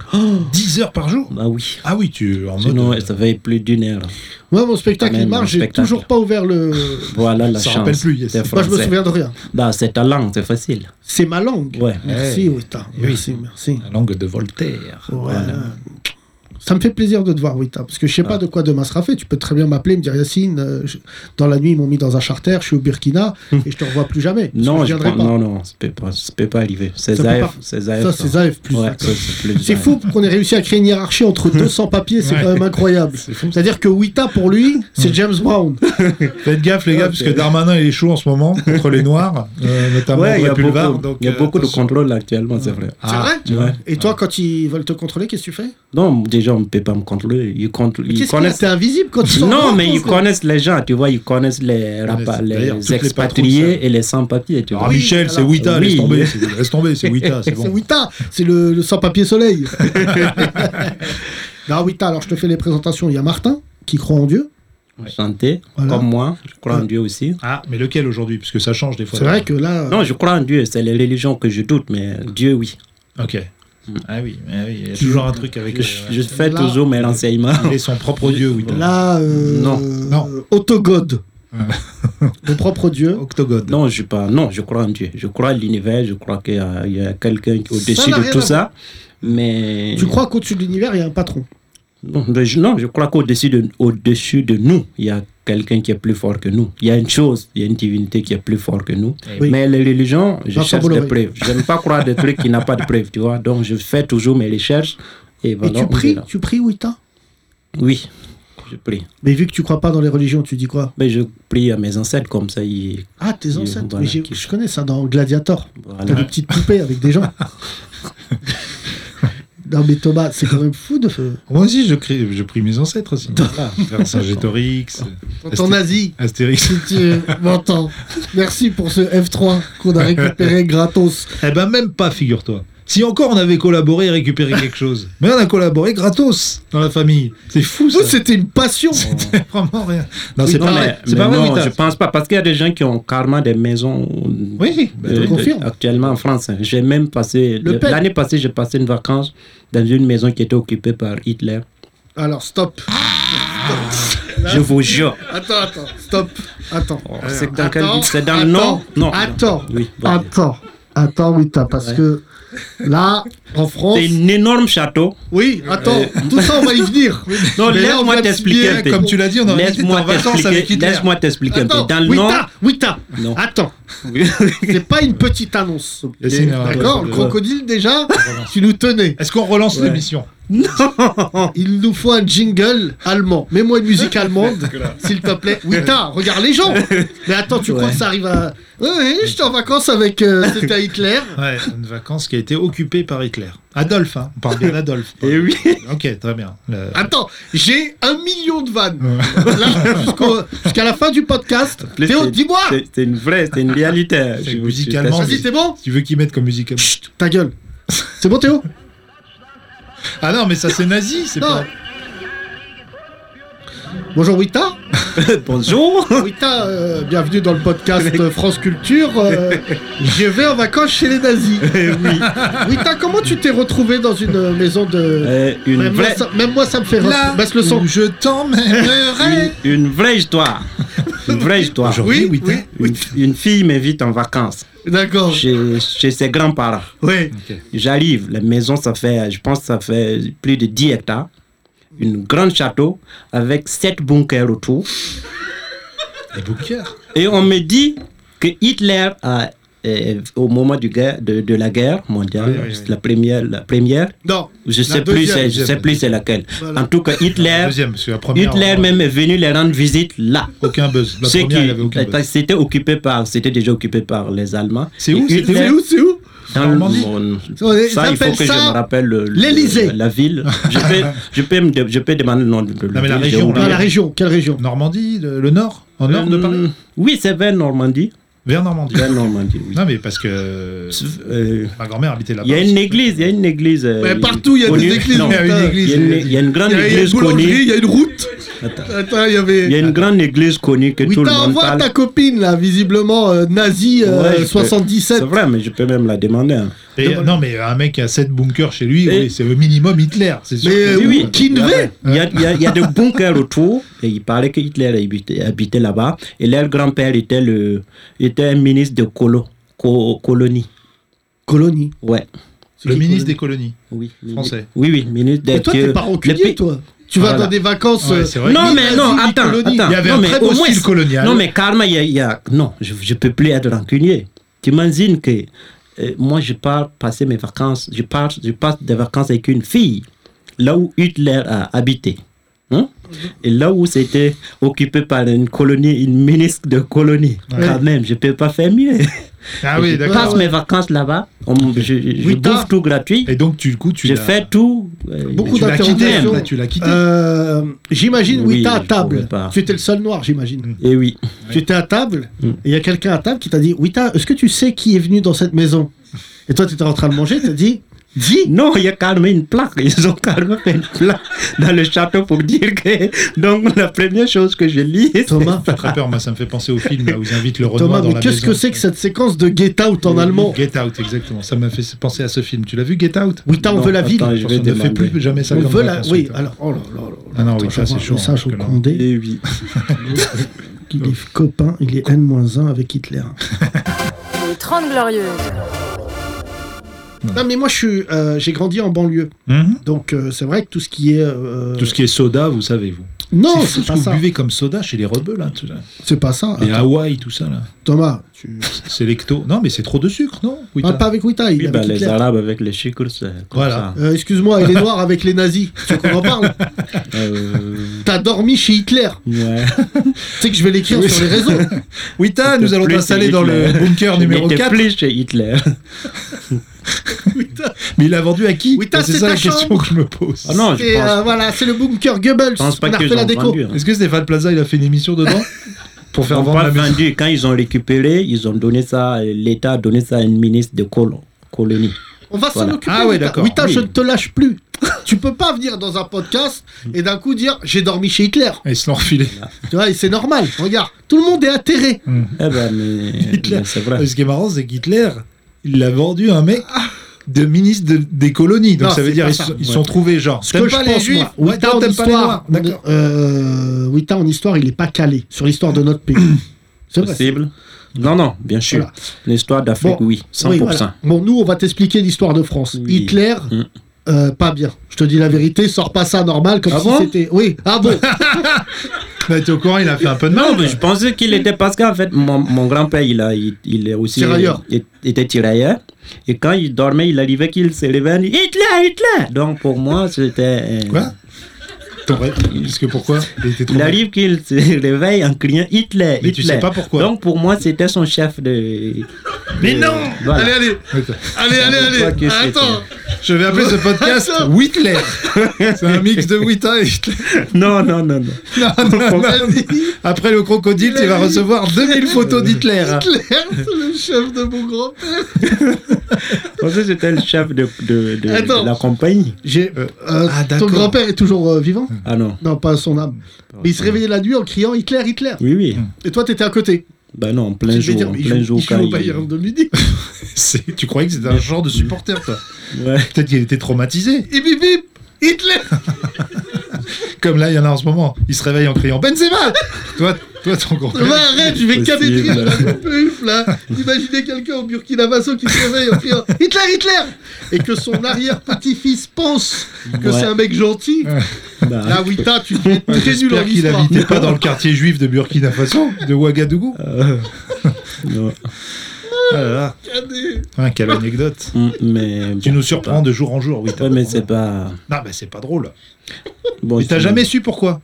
[SPEAKER 4] 10 heures par jour
[SPEAKER 5] Bah oui.
[SPEAKER 4] Ah oui, tu en
[SPEAKER 5] Sinon,
[SPEAKER 4] mode. euh,
[SPEAKER 5] ça fait plus d'une heure.
[SPEAKER 3] Moi, mon spectacle,
[SPEAKER 5] Quand
[SPEAKER 3] il
[SPEAKER 5] même,
[SPEAKER 3] marche,
[SPEAKER 5] un
[SPEAKER 3] j'ai
[SPEAKER 5] spectacle.
[SPEAKER 3] toujours pas ouvert le.
[SPEAKER 5] Voilà la
[SPEAKER 4] Ça
[SPEAKER 5] chance.
[SPEAKER 4] rappelle plus, yes.
[SPEAKER 5] des
[SPEAKER 3] Moi, je me
[SPEAKER 5] Français.
[SPEAKER 3] souviens de rien.
[SPEAKER 5] Bah, c'est ta langue, c'est facile.
[SPEAKER 3] C'est ma langue.
[SPEAKER 5] Ouais.
[SPEAKER 3] Merci, Wita. Merci, merci.
[SPEAKER 4] euh, La langue de Voltaire.
[SPEAKER 3] Ouais. Ça me fait plaisir de te voir, Wita, parce que je sais
[SPEAKER 5] Ah.
[SPEAKER 3] pas de quoi demain sera fait. Tu peux très bien m'appeler, me dire Yacine, euh, je- dans la nuit, ils m'ont mis dans un charter, je suis au Burkina et je te revois plus jamais. Parce que
[SPEAKER 5] Hum.
[SPEAKER 3] je
[SPEAKER 5] Non, je
[SPEAKER 3] viendrai
[SPEAKER 5] pense-
[SPEAKER 3] pas.
[SPEAKER 5] non, non, ça peut pas, ça peut pas arriver. C'est
[SPEAKER 3] Ça peut
[SPEAKER 5] Zaef.
[SPEAKER 3] pas-
[SPEAKER 5] C'est Zaef.
[SPEAKER 3] Ça, c'est Zaef plus,
[SPEAKER 5] hein. Ouais,
[SPEAKER 3] d'accord.
[SPEAKER 5] ça, c'est plus
[SPEAKER 3] C'est
[SPEAKER 5] Zaef.
[SPEAKER 3] fou qu'on ait réussi à créer une hiérarchie entre 200 papiers, c'est
[SPEAKER 4] Ouais.
[SPEAKER 3] quand même incroyable. C'est-à-dire que Wita, pour lui, c'est James Brown.
[SPEAKER 4] Faites gaffe, les
[SPEAKER 5] Ah,
[SPEAKER 4] gars, parce que Darmanin, il est chaud en ce moment contre les Noirs, euh, notamment
[SPEAKER 5] Ouais, il y a
[SPEAKER 4] Ray Pulvar,
[SPEAKER 5] beaucoup,
[SPEAKER 4] donc,
[SPEAKER 5] il y a
[SPEAKER 4] euh,
[SPEAKER 5] beaucoup de
[SPEAKER 4] attention.
[SPEAKER 5] contrôle actuellement, c'est vrai.
[SPEAKER 4] Ah,
[SPEAKER 3] c'est vrai
[SPEAKER 5] ouais.
[SPEAKER 3] Et toi, quand ils veulent te contrôler, qu'est-ce que tu fais
[SPEAKER 5] Non, déjà, on ne peut pas me contrôler. Ils, contr- ils
[SPEAKER 3] Qu'est-ce qu'il y a
[SPEAKER 5] connaissent.
[SPEAKER 3] T'es invisible quand ils sont
[SPEAKER 5] Non, mais ils
[SPEAKER 3] ils
[SPEAKER 5] connaissent les gens, tu vois, ils connaissent les, rapa-
[SPEAKER 4] connaissent.
[SPEAKER 5] les,
[SPEAKER 4] D'ailleurs, toutes les patrouilles,
[SPEAKER 5] expatriés
[SPEAKER 4] ça.
[SPEAKER 5] et les sans-papiers, tu
[SPEAKER 4] Ah,
[SPEAKER 5] vois.
[SPEAKER 4] Michel, c'est
[SPEAKER 3] alors-
[SPEAKER 4] Wita,
[SPEAKER 5] Oui.
[SPEAKER 4] laisse tomber, c'est- laisse tomber, c'est Wita, c'est
[SPEAKER 3] C'est
[SPEAKER 4] bon.
[SPEAKER 3] Wita, c'est le, le sans-papier soleil. non, Wita, alors je te fais les présentations. Il y a Martin, qui croit en Dieu.
[SPEAKER 5] Santé,
[SPEAKER 3] Voilà.
[SPEAKER 5] comme moi, je crois en
[SPEAKER 3] Ouais.
[SPEAKER 5] Dieu aussi.
[SPEAKER 4] Ah, mais lequel aujourd'hui Parce que ça change des fois.
[SPEAKER 3] C'est vrai que là,
[SPEAKER 5] Non, je crois en Dieu, c'est les religions que je doute, mais Dieu, oui.
[SPEAKER 4] Ok. Ah oui, ah oui, il y a toujours un truc avec.
[SPEAKER 5] Mm. Je,
[SPEAKER 4] euh,
[SPEAKER 5] je fais
[SPEAKER 3] Là-
[SPEAKER 5] toujours mes renseignements.
[SPEAKER 4] Il est son propre dieu, Wita.
[SPEAKER 3] là euh,
[SPEAKER 5] Non.
[SPEAKER 4] Non.
[SPEAKER 3] Autogod,
[SPEAKER 4] Ouais.
[SPEAKER 3] mon propre Dieu.
[SPEAKER 4] Octogone.
[SPEAKER 5] Non, je suis pas. Non, je crois en Dieu. Je crois à l'univers. Je crois qu'il y a, il y a quelqu'un qui est
[SPEAKER 3] Ça
[SPEAKER 5] au-dessus
[SPEAKER 3] n'a rien
[SPEAKER 5] de tout
[SPEAKER 3] à
[SPEAKER 5] ça. Mais
[SPEAKER 3] Tu crois qu'au-dessus de l'univers, il y a un patron
[SPEAKER 5] non, mais ben, je, non, je crois qu'au-dessus de, au-dessus de nous, il y a quelqu'un qui est plus fort que nous. Il y a une chose, il y a une divinité qui est plus fort que nous.
[SPEAKER 4] Eh
[SPEAKER 3] Oui.
[SPEAKER 5] Mais les religions, je
[SPEAKER 3] Vincent
[SPEAKER 5] cherche des
[SPEAKER 3] Bolloré.
[SPEAKER 5] preuves. Je n'aime pas croire des trucs qui n'ont pas de preuves, tu vois. Donc je fais toujours mes recherches et
[SPEAKER 3] Et
[SPEAKER 5] voilà.
[SPEAKER 3] tu
[SPEAKER 5] on est
[SPEAKER 3] pries,
[SPEAKER 5] là.
[SPEAKER 3] tu pries Wita
[SPEAKER 5] Oui, je prie.
[SPEAKER 3] Mais vu que tu crois pas dans les religions, tu dis quoi
[SPEAKER 5] Mais je prie à mes ancêtres comme ça. Ils,
[SPEAKER 3] Ah, tes
[SPEAKER 5] Et
[SPEAKER 3] ancêtres.
[SPEAKER 5] voilà
[SPEAKER 3] Mais j'ai-
[SPEAKER 5] qui-
[SPEAKER 3] je connais ça dans Gladiator. T'as
[SPEAKER 5] voilà.
[SPEAKER 3] des petites poupées avec des gens. non, mais Thomas, c'est quand même fou de.
[SPEAKER 4] Moi aussi, je, crie, je prie mes ancêtres aussi. Frère Sagitorix,
[SPEAKER 3] Ton Asie,
[SPEAKER 4] Astérix.
[SPEAKER 3] si tu m'entends. Merci pour ce F3 qu'on a récupéré gratos.
[SPEAKER 4] Eh ben, même pas, figure-toi. Si encore on avait collaboré et récupéré quelque chose. Mais on a collaboré gratos dans la famille. C'est fou, ça.
[SPEAKER 3] Nous, c'était une passion.
[SPEAKER 4] C'était vraiment rien. Non, Ah, c'est
[SPEAKER 5] Non,
[SPEAKER 4] pas
[SPEAKER 5] mais-
[SPEAKER 4] vrai. C'est
[SPEAKER 5] mais
[SPEAKER 4] pas vrai,
[SPEAKER 5] non,
[SPEAKER 4] Wita.
[SPEAKER 5] je pense pas. Parce qu'il y a des gens qui ont carrément des maisons.
[SPEAKER 4] Oui, oui. bah,
[SPEAKER 5] Euh,
[SPEAKER 3] te confirme.
[SPEAKER 5] actuellement en France. hein. J'ai même passé
[SPEAKER 3] Le père.
[SPEAKER 5] l'année passée, j'ai passé une vacance dans une maison qui était occupée par Hitler.
[SPEAKER 3] Alors, stop.
[SPEAKER 5] je vous jure.
[SPEAKER 3] Attends, attends, stop. Attends.
[SPEAKER 5] Oh,
[SPEAKER 3] Alors,
[SPEAKER 5] c'est dans quel
[SPEAKER 3] attends,
[SPEAKER 5] but C'est dans
[SPEAKER 3] attends,
[SPEAKER 5] non Non.
[SPEAKER 3] Attends.
[SPEAKER 5] Oui, bon.
[SPEAKER 3] Attends. Attends, Wita, parce
[SPEAKER 5] Ouais.
[SPEAKER 3] que là, en France.
[SPEAKER 5] C'est un énorme château.
[SPEAKER 3] Oui, attends,
[SPEAKER 5] Euh.
[SPEAKER 3] tout ça, on va y venir.
[SPEAKER 5] Non,
[SPEAKER 3] Mais là, on va
[SPEAKER 5] laisse-moi t'expliquer
[SPEAKER 3] bien,
[SPEAKER 5] un peu.
[SPEAKER 4] Comme tu l'as dit, on aurait été
[SPEAKER 5] Laisse-moi
[SPEAKER 4] en vacances avec
[SPEAKER 5] t'expliquer.
[SPEAKER 4] Hitler.
[SPEAKER 5] Laisse-moi t'expliquer un peu.
[SPEAKER 3] Attends,
[SPEAKER 5] Dans le nom.
[SPEAKER 3] Wita, Wita,
[SPEAKER 5] Non.
[SPEAKER 3] attends, c'est pas une petite annonce. ok
[SPEAKER 4] Et c'est une euh, erreur.
[SPEAKER 3] D'accord, le
[SPEAKER 4] Ouais.
[SPEAKER 3] crocodile déjà, tu nous tenais.
[SPEAKER 4] Est-ce qu'on relance
[SPEAKER 3] Ouais.
[SPEAKER 4] l'émission
[SPEAKER 3] Il nous faut un jingle allemand. Mets-moi une musique allemande, s'il te plaît. Wita, regarde les gens. Mais attends, tu crois
[SPEAKER 5] Ouais.
[SPEAKER 3] que ça arrive à. Ouais, ouais, j'étais en vacances avec. euh, C'était à Hitler.
[SPEAKER 4] Ouais, une vacance qui a été occupée par Hitler. Adolphe, hein. on parle bien d'Adolphe.
[SPEAKER 5] Eh oui.
[SPEAKER 4] Ok, très bien. Le-
[SPEAKER 3] Attends, j'ai un million de vannes. Là, jusqu'au- Jusqu'à la fin du podcast.
[SPEAKER 5] Plus,
[SPEAKER 3] Théo,
[SPEAKER 5] c'est-
[SPEAKER 3] dis-moi
[SPEAKER 5] c'est- C'est une vraie, c'est une réalité.
[SPEAKER 4] C'est
[SPEAKER 5] Je vous-
[SPEAKER 4] musicalement-
[SPEAKER 5] je
[SPEAKER 3] Vas-y, c'est bon
[SPEAKER 4] Tu veux qu'ils mettent comme musique à-
[SPEAKER 3] Chut, ta gueule. C'est bon, Théo
[SPEAKER 4] Ah non, mais ça c'est nazi, c'est
[SPEAKER 3] Non.
[SPEAKER 4] pas.
[SPEAKER 3] Bonjour, Wita.
[SPEAKER 5] t'assure. Bonjour.
[SPEAKER 3] Wita, euh, bienvenue dans le podcast euh, France Culture. Euh, je vais en vacances chez les nazis. Wita, comment tu t'es retrouvé dans une maison de...
[SPEAKER 5] Euh, Une
[SPEAKER 3] Même, moi,
[SPEAKER 5] vraie.
[SPEAKER 3] ça, même moi, ça me fait...
[SPEAKER 4] Là
[SPEAKER 3] re- Baisse le son.
[SPEAKER 4] où je t'emmènerai.
[SPEAKER 5] Une, une vraie histoire. Une vraie histoire.
[SPEAKER 4] Aujourd'hui,
[SPEAKER 3] Oui,
[SPEAKER 4] Wita,
[SPEAKER 3] oui.
[SPEAKER 5] Une, une fille m'invite en vacances
[SPEAKER 4] Oh.
[SPEAKER 3] D'accord.
[SPEAKER 5] chez, chez ses grands-parents.
[SPEAKER 3] Ouais.
[SPEAKER 5] J'arrive, la maison, ça fait, je pense, que ça fait plus de 10 hectares. Une grande château avec sept bunkers autour.
[SPEAKER 4] Les bunkers.
[SPEAKER 5] Et on me dit que Hitler a, euh, au moment du guerre- de, de la guerre mondiale,
[SPEAKER 4] Oui, oui, oui.
[SPEAKER 5] la première, la première,
[SPEAKER 3] Non.
[SPEAKER 5] je sais
[SPEAKER 3] deuxième,
[SPEAKER 5] plus, c'est- je sais
[SPEAKER 4] deuxième.
[SPEAKER 5] plus c'est laquelle.
[SPEAKER 3] Voilà.
[SPEAKER 5] En tout cas,
[SPEAKER 4] La
[SPEAKER 5] Hitler,
[SPEAKER 4] deuxième, parce que la première.
[SPEAKER 5] Hitler
[SPEAKER 4] on-
[SPEAKER 5] même est venu les rendre visite là.
[SPEAKER 4] Aucun buzz. La
[SPEAKER 5] C'est
[SPEAKER 4] première, il avait
[SPEAKER 5] qui
[SPEAKER 4] aucun buzz.
[SPEAKER 5] c'était occupé par, c'était déjà occupé par les Allemands.
[SPEAKER 4] C'est où,
[SPEAKER 5] Et
[SPEAKER 4] c'est-
[SPEAKER 5] Hitler-
[SPEAKER 3] C'est où, c'est où
[SPEAKER 5] dans le
[SPEAKER 4] Normandie
[SPEAKER 5] monde.
[SPEAKER 3] Ils
[SPEAKER 5] Ça, il faut
[SPEAKER 3] appellent
[SPEAKER 5] que
[SPEAKER 3] ça
[SPEAKER 5] je me rappelle le- le-
[SPEAKER 3] l'Élysée.
[SPEAKER 5] la ville. Je peux, je peux, me de- je peux demander le nom de
[SPEAKER 4] Non, mais la
[SPEAKER 5] ville,
[SPEAKER 4] région,
[SPEAKER 5] j'ai
[SPEAKER 4] là.
[SPEAKER 5] oublié.
[SPEAKER 3] Dans la région. Quelle région
[SPEAKER 4] Normandie, le, le nord, en nord de
[SPEAKER 5] Euh,
[SPEAKER 4] Paris,
[SPEAKER 5] Oui, c'est vers Normandie.
[SPEAKER 4] vers Normandie.
[SPEAKER 5] Vers Normandie, oui.
[SPEAKER 4] Non mais parce que
[SPEAKER 5] Euh,
[SPEAKER 4] ma grand-mère habitait là-bas.
[SPEAKER 5] Il y a une église, il y a une église. euh,
[SPEAKER 3] Mais partout, il y a
[SPEAKER 5] connue.
[SPEAKER 3] des églises.
[SPEAKER 5] Non,
[SPEAKER 4] Il y a
[SPEAKER 3] putain.
[SPEAKER 4] une
[SPEAKER 5] Il y a une, il y a une grande
[SPEAKER 3] euh, Il y a une
[SPEAKER 5] église
[SPEAKER 3] boulangerie,
[SPEAKER 5] connue.
[SPEAKER 3] il y a une route.
[SPEAKER 5] Attends.
[SPEAKER 3] Attends, il y avait...
[SPEAKER 5] Il y a une grande église connue que
[SPEAKER 3] Oui,
[SPEAKER 5] tout le
[SPEAKER 3] t'as
[SPEAKER 5] monde
[SPEAKER 3] envoie
[SPEAKER 5] parle.
[SPEAKER 3] ta copine là, visiblement euh, nazie euh,
[SPEAKER 5] Ouais, je peux.
[SPEAKER 3] 77.
[SPEAKER 5] C'est vrai, mais je peux même la demander. hein.
[SPEAKER 4] Et, euh, non mais un mec qui a 7 bunkers chez lui,
[SPEAKER 5] Et-
[SPEAKER 4] oui, c'est le minimum Hitler, c'est sûr.
[SPEAKER 3] Mais
[SPEAKER 4] que-
[SPEAKER 3] euh,
[SPEAKER 5] Eh Oui, oui.
[SPEAKER 3] qui ne veut
[SPEAKER 5] Il y a, il y a- il y a des bunkers autour, et il paraît que Hitler habitait, habitait là-bas, et leur grand-père était, le, était un ministre de colo, co- colonie.
[SPEAKER 3] Colonie.
[SPEAKER 5] Ouais,
[SPEAKER 4] Le ministre des colonies.
[SPEAKER 5] oui. mini-
[SPEAKER 4] Français.
[SPEAKER 5] Oui, oui, ministre des
[SPEAKER 3] Mais toi, t'es pas
[SPEAKER 5] le
[SPEAKER 3] rancunier,
[SPEAKER 5] pi-
[SPEAKER 3] toi. Tu vas
[SPEAKER 5] Voilà.
[SPEAKER 3] dans des vacances.
[SPEAKER 4] Ouais,
[SPEAKER 3] euh,
[SPEAKER 4] c'est vrai.
[SPEAKER 5] Non,
[SPEAKER 3] Ni
[SPEAKER 5] mais
[SPEAKER 3] nazi,
[SPEAKER 5] non,
[SPEAKER 3] ni
[SPEAKER 5] attends,
[SPEAKER 3] colonie.
[SPEAKER 5] attends.
[SPEAKER 4] Il y avait
[SPEAKER 5] non,
[SPEAKER 4] un
[SPEAKER 5] mais
[SPEAKER 4] très
[SPEAKER 5] au
[SPEAKER 4] beau
[SPEAKER 5] moins,
[SPEAKER 4] style colonial.
[SPEAKER 5] Non, mais calme, il y a, il y a- Non, je ne peux plus être rancunier. T'imagines que euh, moi, je pars passer mes vacances, je, pars, je passe des vacances avec une fille, là où Hitler a habité. Hein? Et là où c'était occupé par une colonie, une ministre de colonie.
[SPEAKER 4] Ouais.
[SPEAKER 5] Quand même, je ne peux pas faire mieux.
[SPEAKER 4] Ah oui,
[SPEAKER 5] je passe
[SPEAKER 4] d'accord.
[SPEAKER 5] mes vacances là-bas, on- je, je
[SPEAKER 3] Oui, t'as-
[SPEAKER 5] bouffe tout gratuit,
[SPEAKER 4] Et donc tu, du coup tu
[SPEAKER 5] je
[SPEAKER 4] l'as-
[SPEAKER 5] fais tout. euh,
[SPEAKER 3] Beaucoup
[SPEAKER 4] tu l'as quitté,
[SPEAKER 3] d'interrogations.
[SPEAKER 4] là, tu l'as quitté.
[SPEAKER 3] Euh, j'imagine, oui,
[SPEAKER 5] Oui,
[SPEAKER 3] t'as à
[SPEAKER 5] je pouvais
[SPEAKER 3] table.
[SPEAKER 5] pas.
[SPEAKER 3] Tu étais le seul noir, j'imagine.
[SPEAKER 5] Et oui.
[SPEAKER 3] Tu étais à table, et
[SPEAKER 5] Mm.
[SPEAKER 3] il y a quelqu'un à table qui t'a dit Wita, est-ce que tu sais qui est venu dans cette maison Et toi, tu étais en train de manger, t'as dit Dis
[SPEAKER 5] Non, il a calmé une plaque. Ils ont calmé une plaque dans le château pour dire que. Donc, la première chose que je lis, c'est-
[SPEAKER 3] Thomas,
[SPEAKER 4] J'ai très peur, moi ça me fait penser au film là, où ils invitent le Renoir
[SPEAKER 3] Thomas,
[SPEAKER 4] dans
[SPEAKER 3] mais
[SPEAKER 4] la
[SPEAKER 3] qu'est-ce
[SPEAKER 4] maison. Euh,
[SPEAKER 3] que c'est que cette séquence de Get Out en allemand
[SPEAKER 4] Get Out, exactement. Ça m'a fait penser à ce film. Tu l'as vu, Get Out
[SPEAKER 3] Wita, on
[SPEAKER 5] Non,
[SPEAKER 3] veut la ville.
[SPEAKER 5] attends, je
[SPEAKER 4] Je
[SPEAKER 5] vais
[SPEAKER 4] ne fait
[SPEAKER 5] demander.
[SPEAKER 4] plus jamais ça.
[SPEAKER 3] On
[SPEAKER 4] comme
[SPEAKER 3] veut la.
[SPEAKER 4] vacances,
[SPEAKER 3] Oui,
[SPEAKER 4] Wita.
[SPEAKER 3] alors. Oh là là là.
[SPEAKER 4] Ah non, oui,
[SPEAKER 3] Attends,
[SPEAKER 4] ça
[SPEAKER 3] je
[SPEAKER 4] c'est
[SPEAKER 3] vois
[SPEAKER 4] chaud.
[SPEAKER 3] un message
[SPEAKER 4] hein,
[SPEAKER 3] au
[SPEAKER 4] que là-
[SPEAKER 3] Condé.
[SPEAKER 5] Eh oui.
[SPEAKER 3] Il est copain, il est N-1 avec Hitler.
[SPEAKER 2] Les 30 Glorieuses.
[SPEAKER 3] Non, mais moi, je suis, euh, j'ai grandi en banlieue.
[SPEAKER 4] Mhm.
[SPEAKER 3] Donc, euh, c'est vrai que tout ce qui est. euh,
[SPEAKER 4] Tout ce qui est soda, vous savez, vous.
[SPEAKER 3] Non,
[SPEAKER 4] C'est fou
[SPEAKER 3] c'est
[SPEAKER 4] ce que
[SPEAKER 3] pas,
[SPEAKER 4] vous
[SPEAKER 3] ça.
[SPEAKER 4] buvez comme soda chez les rebeux, là. tout ça.
[SPEAKER 3] C'est pas ça.
[SPEAKER 4] Les
[SPEAKER 3] Attends,
[SPEAKER 4] Hawaï, tout ça, là.
[SPEAKER 3] Thomas, tu.
[SPEAKER 4] C'est lecto. Non, mais c'est trop de sucre, non Oui,
[SPEAKER 3] Parle
[SPEAKER 4] t'as-
[SPEAKER 3] pas avec Wita, il est
[SPEAKER 5] Oui, bah,
[SPEAKER 3] avec
[SPEAKER 5] les
[SPEAKER 3] Hitler.
[SPEAKER 5] Arabes avec les chikurs, c'est comme
[SPEAKER 4] Voilà.
[SPEAKER 3] Euh, excuse-moi, il est noir avec les nazis. Tu veux qu'on en parle
[SPEAKER 5] ça. Euh,
[SPEAKER 3] T'as dormi chez Hitler.
[SPEAKER 5] ouais.
[SPEAKER 3] Tu sais que je vais l'écrire sur les réseaux.
[SPEAKER 4] Oui, t'as,
[SPEAKER 5] J'étais
[SPEAKER 4] nous allons
[SPEAKER 5] plus
[SPEAKER 4] t'installer
[SPEAKER 5] chez
[SPEAKER 4] dans le
[SPEAKER 5] Hitler.
[SPEAKER 4] bunker
[SPEAKER 5] Je
[SPEAKER 4] numéro
[SPEAKER 5] n'étais
[SPEAKER 4] 4.
[SPEAKER 5] plus chez Hitler.
[SPEAKER 4] Mais il a vendu à qui
[SPEAKER 3] Oui, t'as,
[SPEAKER 4] Ah, C'est
[SPEAKER 3] c'est
[SPEAKER 4] ça
[SPEAKER 3] ta
[SPEAKER 4] la question
[SPEAKER 3] chambre.
[SPEAKER 4] que je me pose.
[SPEAKER 5] Ah non, je
[SPEAKER 3] Et
[SPEAKER 5] pense,
[SPEAKER 3] euh, voilà, c'est le bunker Goebbels.
[SPEAKER 5] je pense
[SPEAKER 3] On
[SPEAKER 5] pas
[SPEAKER 3] a
[SPEAKER 5] qu'ils
[SPEAKER 3] fait la
[SPEAKER 5] ont
[SPEAKER 3] déco.
[SPEAKER 5] vendu. hein.
[SPEAKER 4] Est-ce que Stéphane Plaza, il a fait une émission dedans Pour
[SPEAKER 5] Ils
[SPEAKER 4] faire
[SPEAKER 5] ont
[SPEAKER 4] vendre
[SPEAKER 5] pas
[SPEAKER 4] la maison
[SPEAKER 5] vendu. Quand ils ont récupéré, ils ont donné ça, l'État a donné ça à une ministre de colo- colonie.
[SPEAKER 3] On va
[SPEAKER 5] Voilà.
[SPEAKER 3] s'en occuper.
[SPEAKER 4] Ah ouais,
[SPEAKER 3] Wita.
[SPEAKER 4] d'accord.
[SPEAKER 3] Wita,
[SPEAKER 5] Oui.
[SPEAKER 3] je ne te lâche plus. tu peux pas venir dans un podcast et d'un coup dire j'ai dormi chez Hitler.
[SPEAKER 4] Et ils Ah, se l'ont refilé.
[SPEAKER 3] Tu vois, et c'est normal. Regarde, tout le monde est atterré.
[SPEAKER 5] Eh ben, mais,
[SPEAKER 4] Hitler.
[SPEAKER 5] mais c'est vrai.
[SPEAKER 4] Ce qui est marrant, c'est qu'Hitler, il l'a vendu à un mec de ministre de- des colonies. Donc
[SPEAKER 3] Non,
[SPEAKER 4] ça veut
[SPEAKER 3] c'est
[SPEAKER 4] dire
[SPEAKER 3] pas
[SPEAKER 4] ils
[SPEAKER 3] ça.
[SPEAKER 4] sont- ils
[SPEAKER 3] Ouais.
[SPEAKER 4] sont trouvés genre.
[SPEAKER 3] Ce
[SPEAKER 4] T'aimes
[SPEAKER 3] que je
[SPEAKER 4] pas
[SPEAKER 3] pense,
[SPEAKER 4] les juifs
[SPEAKER 3] moi,
[SPEAKER 4] Ouais,
[SPEAKER 3] Ouïta
[SPEAKER 4] t'aimes
[SPEAKER 3] en
[SPEAKER 4] t'aimes pas les noirs.
[SPEAKER 3] histoire,
[SPEAKER 4] D'accord.
[SPEAKER 3] euh, Ouïta en histoire, il n'est pas calé sur l'histoire de notre pays. C'est vrai.
[SPEAKER 5] Possible. Non, non, bien sûr.
[SPEAKER 3] Voilà.
[SPEAKER 5] L'histoire d'Afrique,
[SPEAKER 3] Bon,
[SPEAKER 5] oui, 100%.
[SPEAKER 3] Oui, voilà. Bon, nous, on va t'expliquer l'histoire de France.
[SPEAKER 5] Oui.
[SPEAKER 3] Hitler,
[SPEAKER 5] Mm.
[SPEAKER 3] euh, pas bien. Je te dis la vérité, sors pas ça normal comme
[SPEAKER 5] Ah
[SPEAKER 3] si
[SPEAKER 5] bon
[SPEAKER 3] c'était. Oui, ah bon
[SPEAKER 4] Bah, t'es au courant, il a fait un peu de
[SPEAKER 5] Non,
[SPEAKER 4] mal.
[SPEAKER 5] mais je pensais qu'il était parce qu'en fait, mon, mon grand-père, il, a- il, il est aussi
[SPEAKER 3] Tirailleur.
[SPEAKER 5] il était tirailleur. Et quand il dormait, il arrivait qu'il se réveillait, il dit, Hitler, Hitler. Donc pour moi, c'était. euh,
[SPEAKER 4] Quoi Ton rêve Parce que pourquoi Il était trop
[SPEAKER 5] il arrive qu'il se réveille en criant Hitler,
[SPEAKER 4] Mais
[SPEAKER 5] Hitler.
[SPEAKER 4] tu sais pas pourquoi.
[SPEAKER 5] Donc pour moi, c'était son chef de.
[SPEAKER 4] Mais
[SPEAKER 5] de-
[SPEAKER 4] non
[SPEAKER 5] voilà.
[SPEAKER 4] Allez, allez Attends.
[SPEAKER 5] allez, allez, Toi qui allez, sais, attends. toi.
[SPEAKER 4] Je vais appeler ce podcast Whitler C'est un mix de Wita et Hitler.
[SPEAKER 5] Non, non, non, non.
[SPEAKER 4] Non, non, non. Après le crocodile, tu vas recevoir 2000 photos d'Hitler.
[SPEAKER 3] Hitler, c'est le chef de mon grand-père.
[SPEAKER 5] Je pensais que c'était le chef de, de- de-
[SPEAKER 3] Attends.
[SPEAKER 5] de la compagnie.
[SPEAKER 3] J'ai-
[SPEAKER 4] Euh,
[SPEAKER 3] euh,
[SPEAKER 4] ah,
[SPEAKER 3] ton
[SPEAKER 4] d'accord.
[SPEAKER 3] grand-père est toujours euh, vivant
[SPEAKER 5] Ah non.
[SPEAKER 3] Non, pas son âme. Mais il se réveillait la nuit en criant Hitler, Hitler.
[SPEAKER 5] Oui, oui.
[SPEAKER 3] Et toi, t'étais à côté.
[SPEAKER 5] Ben non, en plein
[SPEAKER 3] Je vais
[SPEAKER 5] jour.
[SPEAKER 3] dire,
[SPEAKER 5] en
[SPEAKER 3] mais
[SPEAKER 5] plein
[SPEAKER 3] il joue,
[SPEAKER 5] jour,
[SPEAKER 3] il joue
[SPEAKER 5] quand
[SPEAKER 3] au
[SPEAKER 5] il-
[SPEAKER 3] Bayern de Munich.
[SPEAKER 4] C'est- Tu croyais que c'était un genre de supporter, toi
[SPEAKER 5] Ouais.
[SPEAKER 4] Peut-être qu'il était traumatisé.
[SPEAKER 3] Et bip bip Hitler
[SPEAKER 4] Comme là, il y en a en ce moment. Il se réveille en criant Benzema Toi, toi ton grand-père.
[SPEAKER 3] Va, Arrête, je vais
[SPEAKER 5] Possible.
[SPEAKER 3] caber de rire, j'en peux plus, là. Imaginez quelqu'un au Burkina Faso qui se réveille en criant Hitler, Hitler Et que son arrière-petit-fils pense que
[SPEAKER 5] Ouais.
[SPEAKER 3] c'est un mec gentil.
[SPEAKER 5] Bah,
[SPEAKER 3] Là, Wita, tu es très nul en
[SPEAKER 4] J'espère qu'il
[SPEAKER 3] histoire.
[SPEAKER 4] n'habitait pas dans le quartier juif de Burkina Faso, de Ouagadougou.
[SPEAKER 5] euh, non.
[SPEAKER 4] Ah là là.
[SPEAKER 3] Regardez.
[SPEAKER 4] Ouais, Ah, quelle anecdote.
[SPEAKER 5] Mm, Mais.
[SPEAKER 4] Tu nous surprends de jour en jour, oui.
[SPEAKER 5] Ouais, mais c'est pas.
[SPEAKER 4] Non, mais c'est pas drôle.
[SPEAKER 5] Bon,
[SPEAKER 4] Mais t'as
[SPEAKER 5] c'est-
[SPEAKER 4] jamais su pourquoi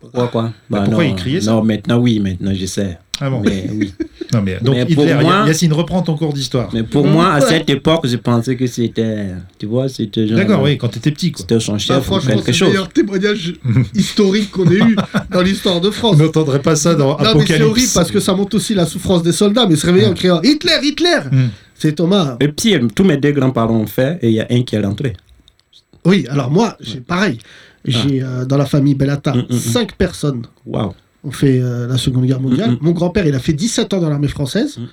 [SPEAKER 5] Pourquoi quoi Bah
[SPEAKER 4] pourquoi
[SPEAKER 5] non,
[SPEAKER 4] il criait ça
[SPEAKER 5] Non, maintenant oui, maintenant je sais.
[SPEAKER 4] Ah bon
[SPEAKER 5] Mais, oui.
[SPEAKER 4] Non, mais donc
[SPEAKER 5] Mais pour
[SPEAKER 4] Hitler,
[SPEAKER 5] moi-
[SPEAKER 4] Yacine, reprends ton cours d'histoire.
[SPEAKER 5] mais pour moi, à cette époque, je pensais que c'était. Tu vois, c'était genre.
[SPEAKER 4] D'accord, oui, quand t'étais petit, quoi.
[SPEAKER 5] C'était son
[SPEAKER 3] Bah,
[SPEAKER 5] chef ou
[SPEAKER 3] franchement,
[SPEAKER 5] quelque
[SPEAKER 3] c'est le
[SPEAKER 5] chose.
[SPEAKER 3] meilleur témoignage historique qu'on ait eu dans l'histoire de
[SPEAKER 4] On
[SPEAKER 3] France.
[SPEAKER 4] n'entendrait pas ça dans
[SPEAKER 3] Non, mais
[SPEAKER 4] Apocalypse.
[SPEAKER 3] c'est horrible parce que ça montre aussi la souffrance des soldats, mais se réveiller en criant Hitler, Hitler
[SPEAKER 4] Mm.
[SPEAKER 3] C'est Thomas.
[SPEAKER 5] Et puis, euh, tous mes deux grands-parents ont fait et il y a un qui est rentré.
[SPEAKER 3] Oui, alors moi, j'ai pareil.
[SPEAKER 4] Ah.
[SPEAKER 3] J'ai euh, dans la famille Bellata
[SPEAKER 5] Mm, mm, mm.
[SPEAKER 3] cinq personnes
[SPEAKER 5] Waouh.
[SPEAKER 3] ont fait euh, la Seconde Guerre mondiale.
[SPEAKER 5] Mm, mm.
[SPEAKER 3] Mon grand-père, il a fait 17 ans dans l'armée française.
[SPEAKER 5] Mm.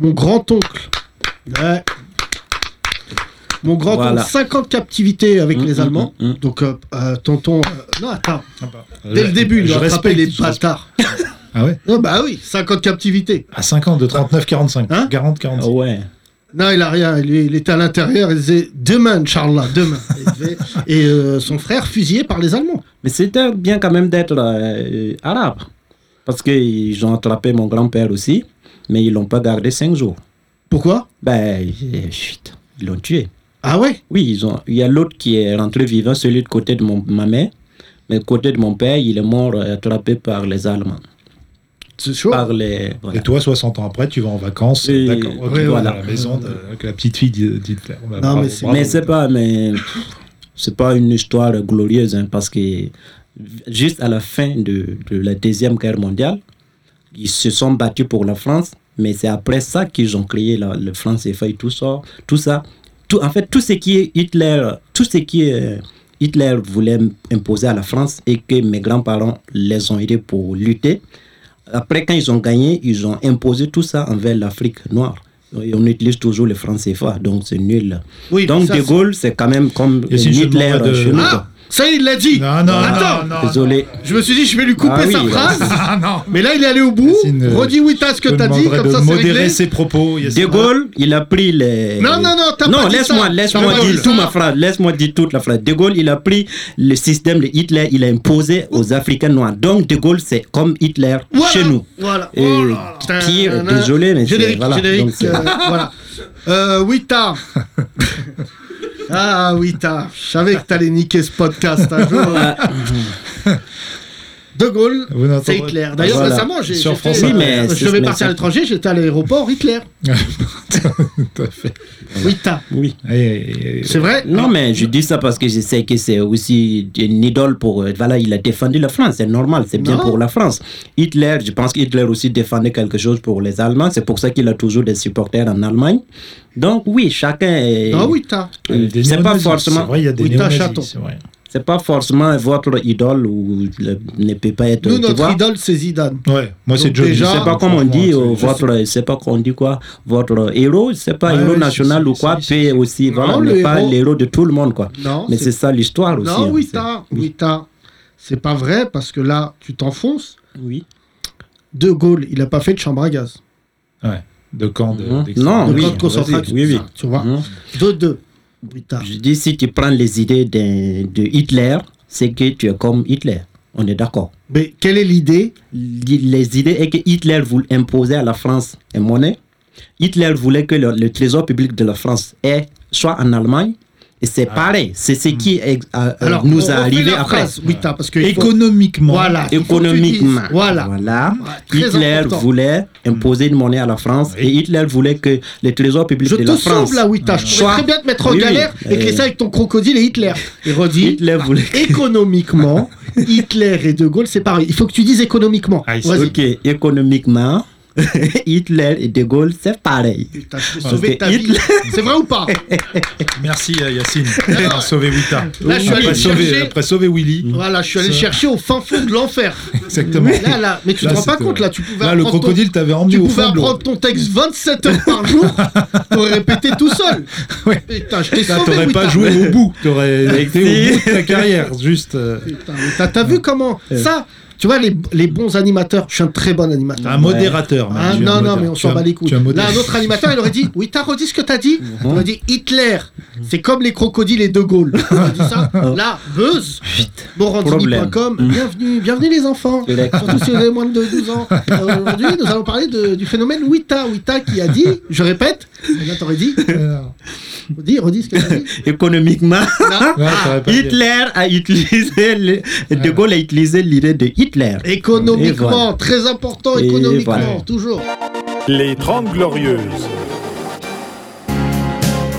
[SPEAKER 3] Mon grand-oncle. ouais. Mon grand-oncle,
[SPEAKER 5] Voilà.
[SPEAKER 3] 50 captivités avec
[SPEAKER 5] Mm,
[SPEAKER 3] les
[SPEAKER 5] mm,
[SPEAKER 3] Allemands.
[SPEAKER 5] mm, mm.
[SPEAKER 3] Donc, euh, euh, tonton. euh, non, attends. Dès
[SPEAKER 4] Ah bah. Je-
[SPEAKER 3] le début, il
[SPEAKER 4] je
[SPEAKER 3] a attrapé
[SPEAKER 4] respecte
[SPEAKER 3] les
[SPEAKER 4] ce-
[SPEAKER 3] bâtards.
[SPEAKER 4] Ah ouais
[SPEAKER 3] Non, bah oui, 50 captivités.
[SPEAKER 4] À 5 ans, de 39, 45.
[SPEAKER 3] Hein
[SPEAKER 4] 40, 45.
[SPEAKER 5] Ah ouais.
[SPEAKER 3] Non, il a rien. Il, il était à l'intérieur. Il disait Demain, Charles, demain. Et il devait- Et euh, son frère fusillé par les Allemands.
[SPEAKER 5] Mais c'était bien quand même d'être euh, euh, arabe. Parce qu'ils ont attrapé mon grand-père aussi, mais ils l'ont pas gardé cinq jours.
[SPEAKER 3] Pourquoi
[SPEAKER 5] Ben, euh, chut, ils l'ont tué.
[SPEAKER 3] Ah ouais
[SPEAKER 5] Oui, ils ont. Il y a l'autre qui est rentré vivant, celui de côté de mon, ma mère. Mais de côté de mon père, il est mort euh, attrapé par les Allemands.
[SPEAKER 3] C'est chaud.
[SPEAKER 5] Par les. voilà.
[SPEAKER 4] Et toi, 60 ans après, tu vas en vacances,
[SPEAKER 5] Et-
[SPEAKER 4] d'accord, ok,
[SPEAKER 5] ouais, voilà.
[SPEAKER 4] dans la maison de, avec la petite fille d'Hi- d'Hitler. Bah,
[SPEAKER 3] Non,
[SPEAKER 4] bravo,
[SPEAKER 3] mais c'est-
[SPEAKER 4] bravo.
[SPEAKER 5] Mais c'est pas, mais c'est pas une histoire glorieuse hein, parce que juste à la fin de, de la deuxième guerre mondiale, ils se sont battus pour la France, mais c'est après ça qu'ils ont créé la, le France et feuille tout ça, tout ça, tout en fait tout ce qui est Hitler, tout ce qui est euh, Hitler voulait m- imposer à la France et que mes grands-parents les ont aidés pour lutter. Après, quand ils ont gagné, ils ont imposé tout ça envers l'Afrique noire. Et on utilise toujours le franc CFA, donc c'est nul.
[SPEAKER 3] Oui,
[SPEAKER 5] donc
[SPEAKER 3] ça,
[SPEAKER 5] De
[SPEAKER 3] c'est-
[SPEAKER 5] Gaulle, c'est quand même comme
[SPEAKER 4] Et si je
[SPEAKER 5] Hitler
[SPEAKER 4] demandais de-
[SPEAKER 5] chez nous.
[SPEAKER 3] Ah Ça, il l'a dit
[SPEAKER 4] Non, non,
[SPEAKER 3] Attends
[SPEAKER 4] non, non,
[SPEAKER 5] Désolé.
[SPEAKER 3] Je me suis dit, je vais lui couper
[SPEAKER 5] Ah oui,
[SPEAKER 3] sa
[SPEAKER 5] ouais.
[SPEAKER 3] phrase.
[SPEAKER 4] Ah non
[SPEAKER 3] Mais là, il est allé au bout.
[SPEAKER 4] Yacine, euh,
[SPEAKER 3] Redis oui, t'as ce que
[SPEAKER 4] Je
[SPEAKER 3] t'as dit,
[SPEAKER 4] demanderais
[SPEAKER 3] comme
[SPEAKER 4] de
[SPEAKER 3] ça c'est
[SPEAKER 4] modérer
[SPEAKER 3] réglé.
[SPEAKER 4] ses propos. Yacine.
[SPEAKER 5] De Gaulle, il a pris les.
[SPEAKER 3] Non, non, non, t'as
[SPEAKER 5] Non,
[SPEAKER 3] pas dit
[SPEAKER 5] laisse-moi,
[SPEAKER 3] ça.
[SPEAKER 5] laisse-moi
[SPEAKER 3] T'as pas dit
[SPEAKER 5] dire
[SPEAKER 3] ça.
[SPEAKER 5] toute ma phrase. Laisse-moi dire toute la phrase. De Gaulle, il a pris le système de Hitler, il a imposé aux Africains noirs. Donc, De Gaulle, c'est comme Hitler
[SPEAKER 3] Voilà,
[SPEAKER 5] chez nous.
[SPEAKER 3] Voilà. Oh
[SPEAKER 5] Et pire, désolé, mais c'est-
[SPEAKER 3] Générique,
[SPEAKER 5] voilà,
[SPEAKER 3] générique,
[SPEAKER 5] donc c'est-
[SPEAKER 3] euh, voilà. Euh, Wita. ah, Wita. Je savais que t'allais niquer ce podcast un jour. De Gaulle,
[SPEAKER 4] Vous n'entendrez-
[SPEAKER 3] c'est Hitler. D'ailleurs,
[SPEAKER 5] Voilà.
[SPEAKER 3] récemment, j'ai.
[SPEAKER 4] Sur
[SPEAKER 3] j'étais- Euh,
[SPEAKER 4] France Inter.
[SPEAKER 5] Oui, mais
[SPEAKER 3] je
[SPEAKER 5] c'est-
[SPEAKER 3] devais
[SPEAKER 5] mais
[SPEAKER 3] partir à
[SPEAKER 5] c'est-
[SPEAKER 3] l'étranger, j'étais à l'aéroport, Hitler.
[SPEAKER 4] Tout à fait.
[SPEAKER 3] Wita.
[SPEAKER 5] Oui.
[SPEAKER 4] Et- et- et-
[SPEAKER 3] C'est vrai
[SPEAKER 5] Non, mais je dis ça parce que je sais que c'est aussi une idole pour. euh, Voilà, il a défendu la France, c'est normal, c'est bien
[SPEAKER 3] Non.
[SPEAKER 5] pour la France. Hitler, je pense qu'Hitler aussi défendait quelque chose pour les Allemands, c'est pour ça qu'il a toujours des supporters en Allemagne. Donc, oui, chacun est.
[SPEAKER 3] Non, Wita.
[SPEAKER 4] Il y a des
[SPEAKER 3] Ah
[SPEAKER 5] C'est pas
[SPEAKER 4] néonazis,
[SPEAKER 5] Euh, forcément-
[SPEAKER 4] C'est vrai, il y a des
[SPEAKER 3] Oui, t'as un
[SPEAKER 4] néonazis,
[SPEAKER 3] chaton.
[SPEAKER 4] c'est vrai.
[SPEAKER 5] C'est pas forcément votre idole ou le- ne peut pas être.
[SPEAKER 3] Nous,
[SPEAKER 5] tu
[SPEAKER 3] notre
[SPEAKER 5] vois.
[SPEAKER 3] idole, c'est Zidane.
[SPEAKER 4] Ouais, moi c'est
[SPEAKER 3] Donc
[SPEAKER 4] Johnny.
[SPEAKER 3] déjà-
[SPEAKER 5] Je sais pas
[SPEAKER 3] Ah,
[SPEAKER 5] comment on dit, euh,
[SPEAKER 4] franchement, c'est-
[SPEAKER 5] votre, je sais pas qu'on dit quoi, votre héros, c'est pas
[SPEAKER 4] Ouais,
[SPEAKER 5] héros
[SPEAKER 4] ouais,
[SPEAKER 5] national
[SPEAKER 4] si,
[SPEAKER 5] ou
[SPEAKER 4] si,
[SPEAKER 5] quoi,
[SPEAKER 4] si, si.
[SPEAKER 5] peut aussi,
[SPEAKER 3] Non,
[SPEAKER 5] voilà,
[SPEAKER 3] le
[SPEAKER 5] mais pas
[SPEAKER 3] héros-
[SPEAKER 5] l'héros de tout le monde, quoi.
[SPEAKER 3] Non,
[SPEAKER 5] Mais c'est ça l'histoire aussi.
[SPEAKER 3] Non,
[SPEAKER 5] hein,
[SPEAKER 3] oui,
[SPEAKER 5] c'est-
[SPEAKER 3] t'as. Oui, t'as. C'est pas vrai parce que là, tu t'enfonces.
[SPEAKER 5] Oui.
[SPEAKER 3] De Gaulle, il a pas fait de chambre à gaz.
[SPEAKER 4] De camp de,
[SPEAKER 3] Hein
[SPEAKER 5] Mhm.
[SPEAKER 4] d'extrême-
[SPEAKER 5] Ah,
[SPEAKER 3] de
[SPEAKER 5] oui,
[SPEAKER 3] camp
[SPEAKER 5] vas-y,
[SPEAKER 3] de concentration.
[SPEAKER 5] oui, oui.
[SPEAKER 3] ça, Tu vois.
[SPEAKER 5] Hein.
[SPEAKER 3] De deux. Oui, t'as.
[SPEAKER 5] Je dis, si tu prends les idées de, de Hitler, c'est que tu es comme Hitler. On est d'accord.
[SPEAKER 3] Mais quelle est l'idée
[SPEAKER 5] Li- Les idées est que Hitler voulait imposer à la France une monnaie. Hitler voulait que le, le trésor public de la France ait, soit en Allemagne. Et c'est pareil. C'est ce qui est-
[SPEAKER 3] Ah.
[SPEAKER 5] a-
[SPEAKER 3] Hmm. on
[SPEAKER 5] nous
[SPEAKER 3] refait
[SPEAKER 5] a arrivé
[SPEAKER 3] la
[SPEAKER 5] après.
[SPEAKER 3] phrase, Oui, t'as, parce que. il faut-
[SPEAKER 4] Économiquement.
[SPEAKER 3] Voilà. il faut que tu dises,
[SPEAKER 5] économiquement.
[SPEAKER 3] Voilà. Très
[SPEAKER 5] Hitler
[SPEAKER 3] important. Hmm.
[SPEAKER 5] voulait imposer une monnaie à la France
[SPEAKER 4] Oui.
[SPEAKER 5] et Hitler voulait que le trésor public
[SPEAKER 3] Je
[SPEAKER 5] de
[SPEAKER 3] te
[SPEAKER 5] la
[SPEAKER 3] sauve
[SPEAKER 5] France.
[SPEAKER 3] là, Wita. Je pourrais
[SPEAKER 5] Soit-
[SPEAKER 3] très bien te mettre en
[SPEAKER 5] Oui, oui.
[SPEAKER 3] galère et te
[SPEAKER 5] Euh,
[SPEAKER 3] laisser avec ton crocodile et Hitler. Et redis,
[SPEAKER 5] Hitler voulait.
[SPEAKER 3] économiquement, Hitler et De Gaulle, c'est pareil. Il faut que tu dises économiquement.
[SPEAKER 4] Ah, ils sont-
[SPEAKER 3] Vas-y.
[SPEAKER 5] Ok, économiquement, Hitler et De Gaulle, c'est pareil.
[SPEAKER 3] Putain, je t'ai sauvé
[SPEAKER 5] Ok,
[SPEAKER 3] ta vie.
[SPEAKER 5] Hitler.
[SPEAKER 3] C'est vrai ou pas
[SPEAKER 4] Merci euh, Yacine d'avoir sauvé Wita. Mmh.
[SPEAKER 3] Là, je suis allé
[SPEAKER 4] après, sauver,
[SPEAKER 3] chercher.
[SPEAKER 4] après sauver Willy.
[SPEAKER 3] Voilà, je suis allé
[SPEAKER 4] Ça-
[SPEAKER 3] chercher au fin fond de l'enfer.
[SPEAKER 4] Exactement.
[SPEAKER 3] Là, là, mais tu
[SPEAKER 4] Là,
[SPEAKER 3] te rends pas
[SPEAKER 4] c'était-
[SPEAKER 3] compte, là, tu pouvais
[SPEAKER 4] Là, le
[SPEAKER 3] apprendre ton-
[SPEAKER 4] crocodile t'avait emmené
[SPEAKER 3] Tu
[SPEAKER 4] au
[SPEAKER 3] pouvais
[SPEAKER 4] fond de l'eau.
[SPEAKER 3] apprendre ton texte 27 heures par jour, t'aurais répété tout seul.
[SPEAKER 4] Ouais.
[SPEAKER 3] Putain, je t'ai
[SPEAKER 4] Là,
[SPEAKER 3] sauvé.
[SPEAKER 4] t'aurais pas
[SPEAKER 3] Wita.
[SPEAKER 4] joué au bout. T'aurais été
[SPEAKER 5] Merci.
[SPEAKER 4] au bout de ta carrière. Juste. euh,
[SPEAKER 3] Putain, Wita, T'as vu comment ça Tu vois, les, les bons animateurs, je suis un très bon animateur.
[SPEAKER 4] Un modérateur. même,
[SPEAKER 3] Ah,
[SPEAKER 4] tu es un
[SPEAKER 3] non, non,
[SPEAKER 4] modérateur.
[SPEAKER 3] mais on
[SPEAKER 4] Tu
[SPEAKER 3] s'en
[SPEAKER 4] as-
[SPEAKER 3] bat les couilles.
[SPEAKER 4] tu as un Hein?
[SPEAKER 3] Là,
[SPEAKER 4] modérateur.
[SPEAKER 3] un autre animateur, il aurait dit Oui, t'as redit ce que t'as dit On aurait dit Hitler, c'est comme les crocodiles et De Gaulle. On aurait dit ça. Là, buzz, morandini.com, bienvenue, bienvenue les enfants.
[SPEAKER 5] Correct.
[SPEAKER 3] Surtout si vous avez moins de 12 ans. Euh, Aujourd'hui, nous allons parler de- du phénomène Wita. Wita qui a dit, je répète, là, t'aurais dit Redis, redis ce que t'as dit.
[SPEAKER 5] Économiquement,
[SPEAKER 3] Là,
[SPEAKER 4] Ouais, t'aurais pas dit.
[SPEAKER 5] Hitler a utilisé, le- De Gaulle a utilisé l'idée de Hitler. Et
[SPEAKER 3] économiquement,
[SPEAKER 5] voilà.
[SPEAKER 3] très important,
[SPEAKER 5] Et
[SPEAKER 3] économiquement,
[SPEAKER 5] voilà.
[SPEAKER 3] toujours.
[SPEAKER 6] Les 30 Glorieuses.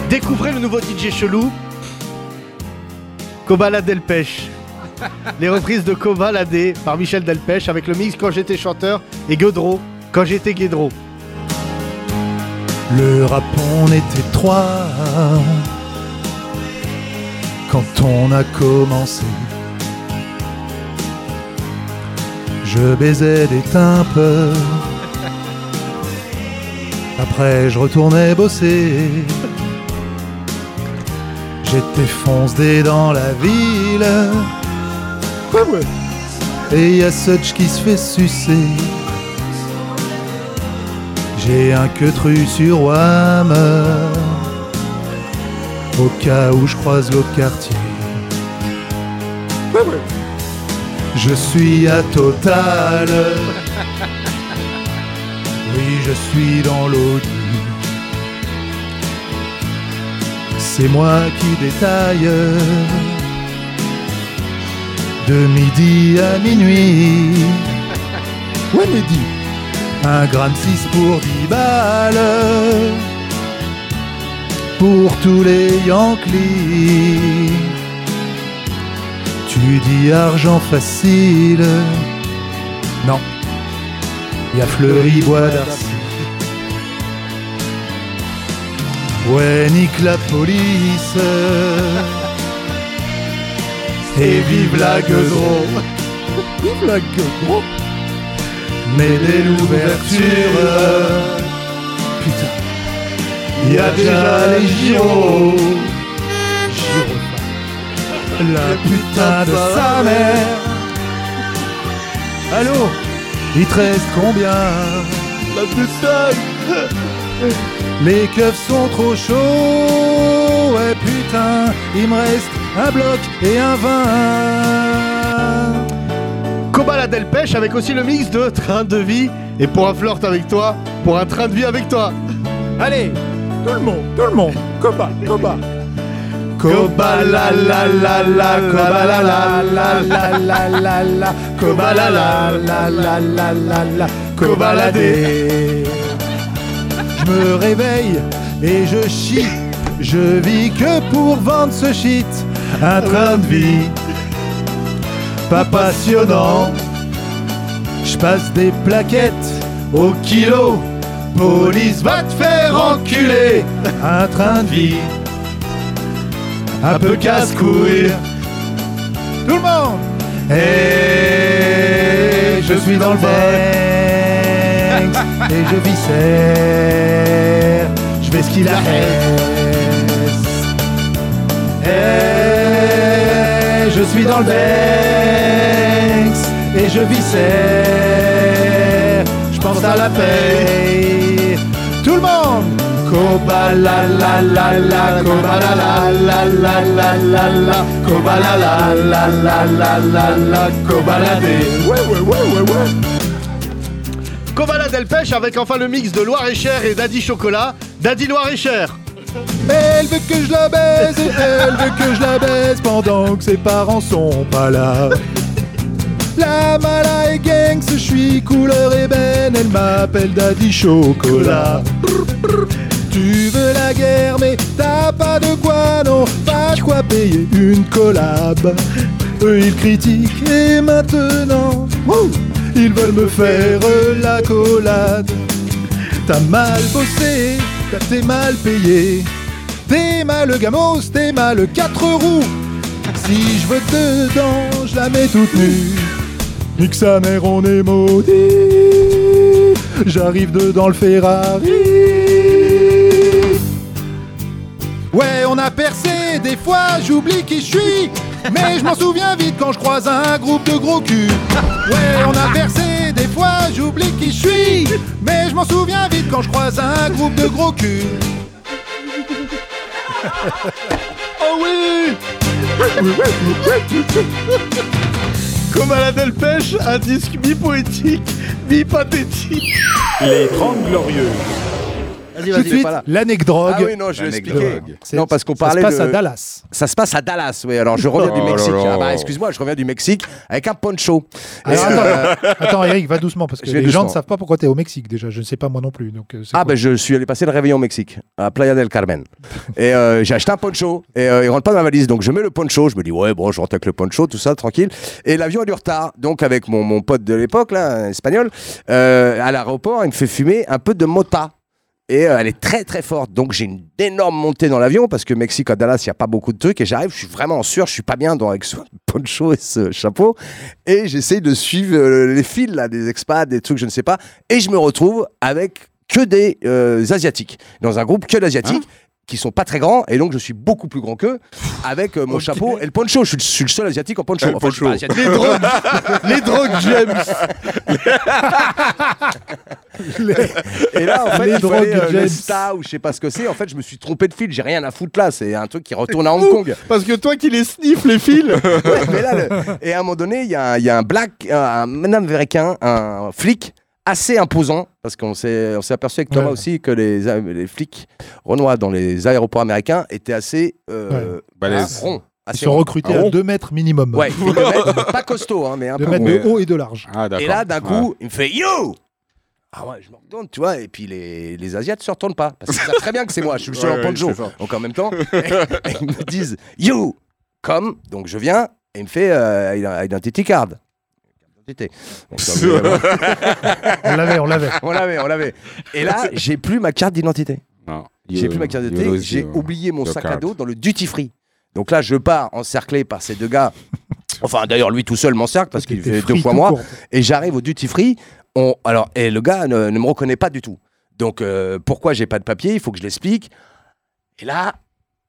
[SPEAKER 7] Découvrez le nouveau DJ chelou, Kobala Delpech. Les reprises de Kobala D par Michel Delpech avec le mix Quand j'étais chanteur et Guedro quand j'étais Guedro.
[SPEAKER 6] Le rap, on était trois. Quand on a commencé, je baisais des tympes. Après, je retournais bosser. J'étais foncé dans la ville. Et y a Such qui se fait sucer. J'ai un queutru sur WAM Au cas où je croise l'autre quartier Je suis à Total Oui je suis dans l'audi C'est moi qui détaille De midi à minuit Ouais midi un gramme 6 pour 10 balles Pour tous les Yankees Tu dis argent facile Non Y'a Fleury Bois d'Arcy Ouais, nique la police Et vive la gueudron Vive la gueudron mais dès l'ouverture, putain, il y a déjà les gyros. Gyros. La putain de sa mère. Allô, il te reste combien La putain. Les keufs sont trop chauds. Ouais, putain, il me reste un bloc et un vin.
[SPEAKER 7] Kobala Delpech avec aussi le mix de Train de vie et pour un flirt avec toi, pour un train de vie avec toi. Allez,
[SPEAKER 6] Tout le monde, tout le monde. Coba, coba. Coba la la la la, coba la la la la la la la, coba la la la la la la la, cobaladé. Je me réveille et je chie. Je vis que pour vendre ce shit. Un train de vie pas passionnant. Je passe des plaquettes au kilo. Police va te faire enculer Un train de vie Un peu casse-couille tout le monde Et je suis dans le Banks Et je viscère Je vais ce qu'il Et je suis dans le Banks Et je viscère Je pense à la paix Tout le monde Coba la la la la, coba la la la la la la la, coba la la la la la la la, cobaladé. Ouais ouais ouais ouais ouais.
[SPEAKER 7] Kovala Delpech avec enfin le mix de Loire-et-Cher et Daddy Chocolat. Daddy Loire-et-Cher.
[SPEAKER 6] Elle veut que je la baise et elle veut que je la baise pendant que ses parents sont pas là. La mala est gangs, je suis couleur ébène, elle m'appelle Daddy Chocolat. Tu veux la guerre mais t'as pas de quoi, non, pas de quoi payer une collab. Eux ils critiquent et maintenant, wouh, ils veulent me faire la collade. T'as mal bossé, t'es mal payé. T'es mal gamos, t'es mal quatre roues. Si je veux dedans, je la mets toute nue. Nique sa mère, on est maudit. J'arrive dedans le Ferrari. Ouais, on a percé, des fois j'oublie qui je suis. Mais je m'en souviens vite quand je croise un groupe de gros culs. Ouais, on a percé, des fois j'oublie qui je suis. Mais je m'en souviens vite quand je croise un groupe de gros culs.
[SPEAKER 7] Oh oui Comme à la Delpech, un disque mi-poétique, mi-pathétique.
[SPEAKER 8] Les 30 glorieux.
[SPEAKER 7] Vas-y,
[SPEAKER 6] Tout de suite,
[SPEAKER 8] voilà.
[SPEAKER 6] l'anecdrogue.
[SPEAKER 8] Ah oui, non, je vais expliquer.
[SPEAKER 6] C'est-
[SPEAKER 8] Non, parce qu'on
[SPEAKER 6] ça
[SPEAKER 8] parlait
[SPEAKER 6] se passe
[SPEAKER 8] de-
[SPEAKER 6] à Dallas.
[SPEAKER 8] Ça se passe à Dallas, oui. Alors, je reviens du
[SPEAKER 9] Oh là
[SPEAKER 8] Mexique.
[SPEAKER 9] là.
[SPEAKER 8] Ah bah, excuse-moi, je reviens du Mexique avec un poncho. Et-
[SPEAKER 6] Alors, attends, euh, attends, Eric, va doucement parce que
[SPEAKER 8] Je
[SPEAKER 6] les
[SPEAKER 8] vais
[SPEAKER 6] gens
[SPEAKER 8] doucement.
[SPEAKER 6] ne savent pas pourquoi tu es au Mexique déjà. Je ne sais pas moi non plus. Donc, euh, c'est
[SPEAKER 8] Ah
[SPEAKER 6] quoi
[SPEAKER 8] ben je suis allé passer le réveillon au Mexique, à Playa del Carmen. Et euh, j'ai acheté un poncho, et euh, il rentre pas dans ma valise, donc je mets le poncho, je me dis ouais bon je rentre avec le poncho, tout ça, tranquille. Et l'avion a du retard, donc avec mon, mon pote de l'époque, là, un espagnol, euh, à l'aéroport, il me fait fumer un peu de mota. Et euh, elle est très très forte, donc j'ai une énorme montée dans l'avion, parce que Mexique à Dallas, il n'y a pas beaucoup de trucs, et j'arrive, je suis vraiment en sueur, je suis pas bien dans, avec ce poncho et ce chapeau, et j'essaye de suivre euh, les fils là, des expats, des trucs, je ne sais pas, et je me retrouve avec que des euh, Asiatiques, dans un groupe que d'Asiatiques. qui sont pas très grands et donc je suis beaucoup plus grand qu'eux avec euh, mon chapeau et le poncho je suis, le- je suis le seul asiatique en poncho,
[SPEAKER 9] Le
[SPEAKER 8] Enfin, je suis
[SPEAKER 9] poncho.
[SPEAKER 8] pas asiatique.
[SPEAKER 7] Les drogues Les drogues, James
[SPEAKER 8] et là en fait
[SPEAKER 6] Les
[SPEAKER 8] il
[SPEAKER 6] drogues
[SPEAKER 8] fallait,
[SPEAKER 6] de
[SPEAKER 8] euh, le
[SPEAKER 6] James.
[SPEAKER 8] Sta ou je sais pas ce que c'est en fait je me suis trompé de fil j'ai rien à foutre là c'est un truc qui retourne à Hong Kong
[SPEAKER 7] Parce que toi qui les sniffes, les fils
[SPEAKER 8] Ouais, mais là, le- et à un moment donné, il y, a un- il y a un black, un, un américain, un flic assez imposant, parce qu'on s'est on s'est aperçu avec Thomas
[SPEAKER 6] Ouais.
[SPEAKER 8] aussi que les, a- les flics renois dans les aéroports américains étaient assez euh,
[SPEAKER 9] Balèze.
[SPEAKER 8] ronds.
[SPEAKER 6] Ils
[SPEAKER 8] assez
[SPEAKER 6] sont
[SPEAKER 8] ronds.
[SPEAKER 6] recrutés à
[SPEAKER 8] rond.
[SPEAKER 6] 2 mètres minimum.
[SPEAKER 8] Ouais, et de mètres, pas costaud, hein, mais un
[SPEAKER 6] 2
[SPEAKER 8] peu
[SPEAKER 6] mètres
[SPEAKER 8] rond.
[SPEAKER 6] de
[SPEAKER 9] Mais-
[SPEAKER 6] haut et de large.
[SPEAKER 9] Ah, d'accord.
[SPEAKER 8] Et là, d'un
[SPEAKER 9] Ouais.
[SPEAKER 8] coup, il me fait Yo Ah ouais, je me retourne, tu vois, et puis les, les Asiates se retournent pas. Parce qu'ils savent très bien que c'est moi, je suis le seul
[SPEAKER 9] Ouais,
[SPEAKER 8] en
[SPEAKER 9] ouais,
[SPEAKER 8] poncho.
[SPEAKER 9] c'est fort.
[SPEAKER 8] Donc en même temps, ils me disent You Comme, donc je viens, et il me fait euh, il a- Identity Card. Identité. Donc, comme, euh,
[SPEAKER 6] On l'avait, on l'avait.
[SPEAKER 8] on l'avait, on l'avait. Et là, j'ai plus ma carte d'identité.
[SPEAKER 9] Non. euh,
[SPEAKER 8] J'ai plus ma carte d'identité,
[SPEAKER 9] Yolo,
[SPEAKER 8] j'ai
[SPEAKER 9] Yolo.
[SPEAKER 8] oublié mon
[SPEAKER 9] your
[SPEAKER 8] sac à
[SPEAKER 9] card.
[SPEAKER 8] dos dans le duty free. Donc là, je pars encerclé par ces deux gars. Enfin, d'ailleurs, lui tout seul m'encercle parce qu'il
[SPEAKER 6] T'étais
[SPEAKER 8] fait deux
[SPEAKER 6] free
[SPEAKER 8] fois
[SPEAKER 6] tout
[SPEAKER 8] moi
[SPEAKER 6] court.
[SPEAKER 8] et j'arrive au duty free. On, alors, et le gars ne, ne me reconnaît pas du tout. Donc, euh, pourquoi j'ai pas de papier Il faut que je l'explique. Et là,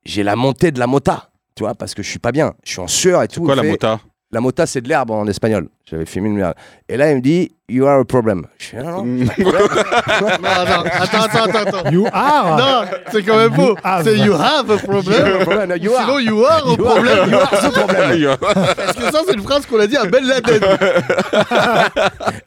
[SPEAKER 8] j'ai la montée de la mota, tu vois, parce que je suis pas bien. Je suis en sueur et tout.
[SPEAKER 9] Quoi
[SPEAKER 8] Il
[SPEAKER 9] la
[SPEAKER 8] fait,
[SPEAKER 9] mota
[SPEAKER 8] La mota, c'est de l'herbe en espagnol. J'avais fumé une merde. Et là, il me dit, You are a problem. Je fais, non, non,
[SPEAKER 7] Non, non, attends, attends, attends, attends.
[SPEAKER 6] You are.
[SPEAKER 7] Non, c'est quand même beau.
[SPEAKER 6] You have.
[SPEAKER 7] C'est you have a problem.
[SPEAKER 8] problème, you are.
[SPEAKER 7] Sinon, you are au
[SPEAKER 8] You are-
[SPEAKER 7] problème.
[SPEAKER 8] you are the problem.
[SPEAKER 7] Parce que ça, c'est une phrase qu'on a dit à Ben Laden.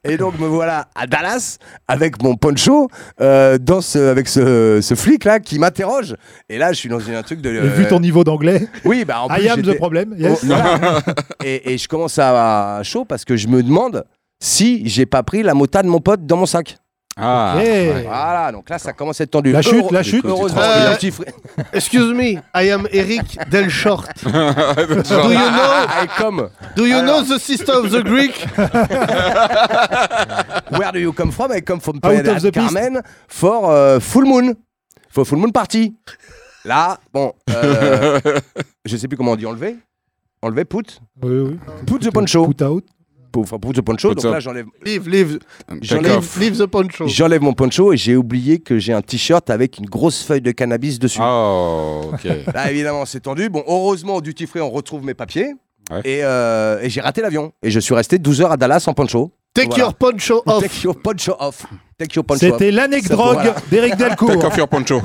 [SPEAKER 8] Et donc me voilà à Dallas avec mon poncho, euh, dans ce, avec ce, ce flic là qui m'interroge. Et là, je suis dans une- un truc de.
[SPEAKER 6] Et
[SPEAKER 8] euh,
[SPEAKER 6] vu ton niveau d'anglais,
[SPEAKER 8] Oui, bah en plus.
[SPEAKER 6] I am the
[SPEAKER 8] j'étais-
[SPEAKER 6] problem. Yes.
[SPEAKER 8] Oh, voilà. et, et je commence à, à chaud parce que je me demande si j'ai pas pris la mota de mon pote dans mon sac.
[SPEAKER 9] Ah.
[SPEAKER 6] Ok.
[SPEAKER 9] ouais.
[SPEAKER 8] Voilà, donc là, ça commence à être tendu.
[SPEAKER 6] La chute, la chute.
[SPEAKER 8] Heureusement,
[SPEAKER 7] Euh,
[SPEAKER 8] le petit frère-
[SPEAKER 7] Excuse me, I am Eric Delshort. Do
[SPEAKER 9] Genre,
[SPEAKER 7] you know,
[SPEAKER 8] I come.
[SPEAKER 7] do you
[SPEAKER 8] Alors.
[SPEAKER 7] know the sister of the Greek
[SPEAKER 8] Where do you come from? I come from
[SPEAKER 6] Out
[SPEAKER 8] Playa
[SPEAKER 6] of
[SPEAKER 8] del
[SPEAKER 6] the beast.
[SPEAKER 8] Carmen for euh, full moon. For full moon party. Là, bon, euh, je sais plus comment on dit enlever. Enlever put.
[SPEAKER 6] Oui, oui.
[SPEAKER 8] Put the poncho.
[SPEAKER 6] Put out.
[SPEAKER 8] Pou- Enfin, put the poncho.
[SPEAKER 9] Put
[SPEAKER 8] Donc
[SPEAKER 9] up.
[SPEAKER 8] là, j'enlève
[SPEAKER 7] Leave, leave,
[SPEAKER 9] Take
[SPEAKER 8] J'enlève-
[SPEAKER 9] off.
[SPEAKER 7] leave the poncho.
[SPEAKER 8] j'enlève mon poncho et j'ai oublié que j'ai un t-shirt avec une grosse feuille de cannabis dessus.
[SPEAKER 9] Oh, ok.
[SPEAKER 8] Là, évidemment, c'est tendu. Bon, heureusement, au duty free, on retrouve mes papiers.
[SPEAKER 9] Ouais.
[SPEAKER 8] Et, euh, et j'ai raté l'avion. Et je suis resté 12 heures à Dallas en poncho.
[SPEAKER 7] Take
[SPEAKER 8] Voilà.
[SPEAKER 7] your poncho off.
[SPEAKER 8] Take your poncho off. Take your poncho off.
[SPEAKER 6] C'était l'annexe
[SPEAKER 8] Ça,
[SPEAKER 6] drogue
[SPEAKER 8] voilà.
[SPEAKER 6] d'Éric
[SPEAKER 9] Take
[SPEAKER 6] Delcourt.
[SPEAKER 9] off your poncho.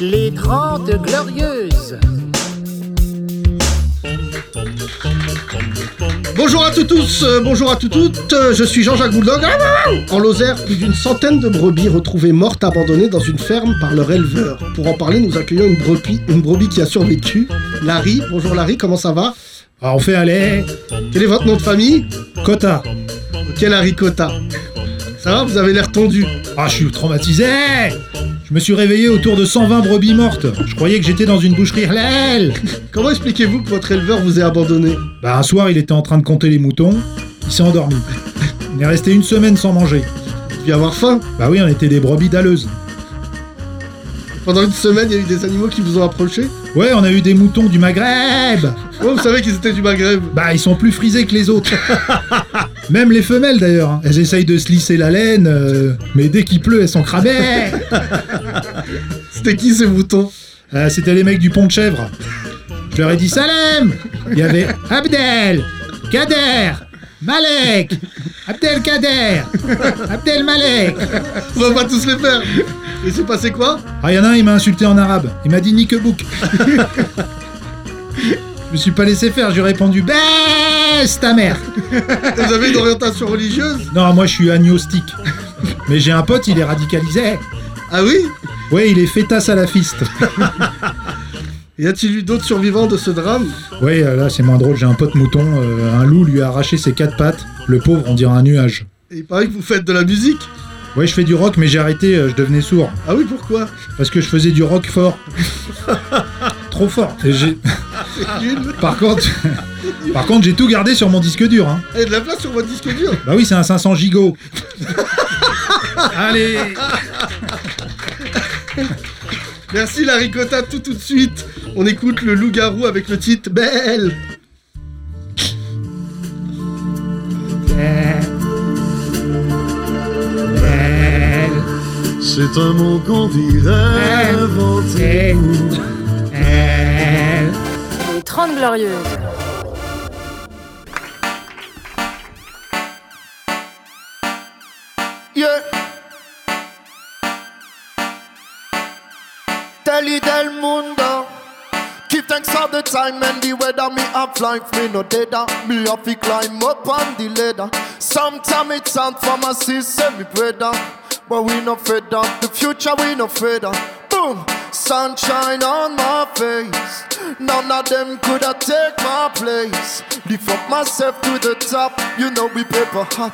[SPEAKER 1] Les Grandes Glorieuses.
[SPEAKER 3] Bonjour à tous, tous, euh, bonjour à toutes, toutes, euh, je suis Jean-Jacques Bouldog. En Lozère, plus d'une centaine de brebis retrouvées mortes abandonnées dans une ferme par leur éleveur. Pour en parler, nous accueillons une brebis, une brebis qui a survécu, Larry. Bonjour Larry, comment ça va
[SPEAKER 4] Alors, Ah, on fait aller.
[SPEAKER 3] Quel est votre nom de famille
[SPEAKER 4] Quota.
[SPEAKER 3] Quel Larry Cotta Ça va, vous avez l'air tendu.
[SPEAKER 4] Ah, je suis traumatisé Je me suis réveillé autour de 120 brebis mortes. Je croyais que j'étais dans une boucherie halal.
[SPEAKER 3] Comment expliquez-vous que votre éleveur vous ait abandonné
[SPEAKER 4] Bah, un soir, il était en train de compter les moutons. Il s'est endormi. On est resté une semaine sans manger.
[SPEAKER 3] Vous devez avoir faim.
[SPEAKER 4] Bah oui, on était des brebis dalleuses.
[SPEAKER 3] Pendant une semaine, il y a eu des animaux qui vous ont approché.
[SPEAKER 4] Ouais, on a eu des moutons du Maghreb.
[SPEAKER 3] Oh, vous savez qu'ils étaient du Maghreb.
[SPEAKER 4] Bah, ils sont plus frisés que les autres. Même les femelles d'ailleurs. hein. Elles essayent de se lisser la laine, euh, mais dès qu'il pleut, elles sont cramées.
[SPEAKER 3] C'était qui ces moutons
[SPEAKER 4] Euh, C'était les mecs du pont de chèvre. Je leur ai dit Salem Il y avait Abdel, Kader, Malek, Abdel Kader, Abdel Malek.
[SPEAKER 3] On va pas tous les faire. Et c'est passé quoi
[SPEAKER 4] Ah, y en a un, il m'a insulté en arabe. Il m'a dit Nikebouk. Je me suis pas laissé faire, j'ai répondu Baisse ta mère
[SPEAKER 3] Vous avez une orientation religieuse
[SPEAKER 4] Non, moi je suis agnostique. Mais j'ai un pote, il est radicalisé.
[SPEAKER 3] Ah oui
[SPEAKER 4] Ouais, il est feta salafiste.
[SPEAKER 3] Y a-t-il eu d'autres survivants de ce drame
[SPEAKER 4] Ouais, euh, là c'est moins drôle, j'ai un pote mouton, euh, un loup lui a arraché ses quatre pattes, le pauvre on dirait un nuage.
[SPEAKER 3] Et il paraît que vous faites de la musique.
[SPEAKER 4] Ouais, je fais du rock mais j'ai arrêté, euh, je devenais sourd.
[SPEAKER 3] Ah oui, pourquoi
[SPEAKER 4] Parce que je faisais du rock fort. Trop fort. Et j'ai-
[SPEAKER 3] Une.
[SPEAKER 4] Par contre... Par contre, j'ai tout gardé sur mon disque dur. Hein.
[SPEAKER 3] Et Eh, de la place sur votre disque dur.
[SPEAKER 4] Bah oui, c'est un 500 gigots. Allez
[SPEAKER 3] Merci la ricotta tout tout de suite. On écoute le loup-garou avec le titre Belle.
[SPEAKER 10] C'est un mot qu'on dirait inventé.
[SPEAKER 2] Les 30 Glorieuses.
[SPEAKER 11] Yeah. Telly del mundo. Keep thanks all the time and the weather. Me up life, me no data. Me up fi climb up on the ladder. Sometime it's on pharmacist and me brother. But we no fed up. The future we no fed up. Boom. Sunshine on my face. None of them could have take my place. Lift up myself to the top. You know we paper hot.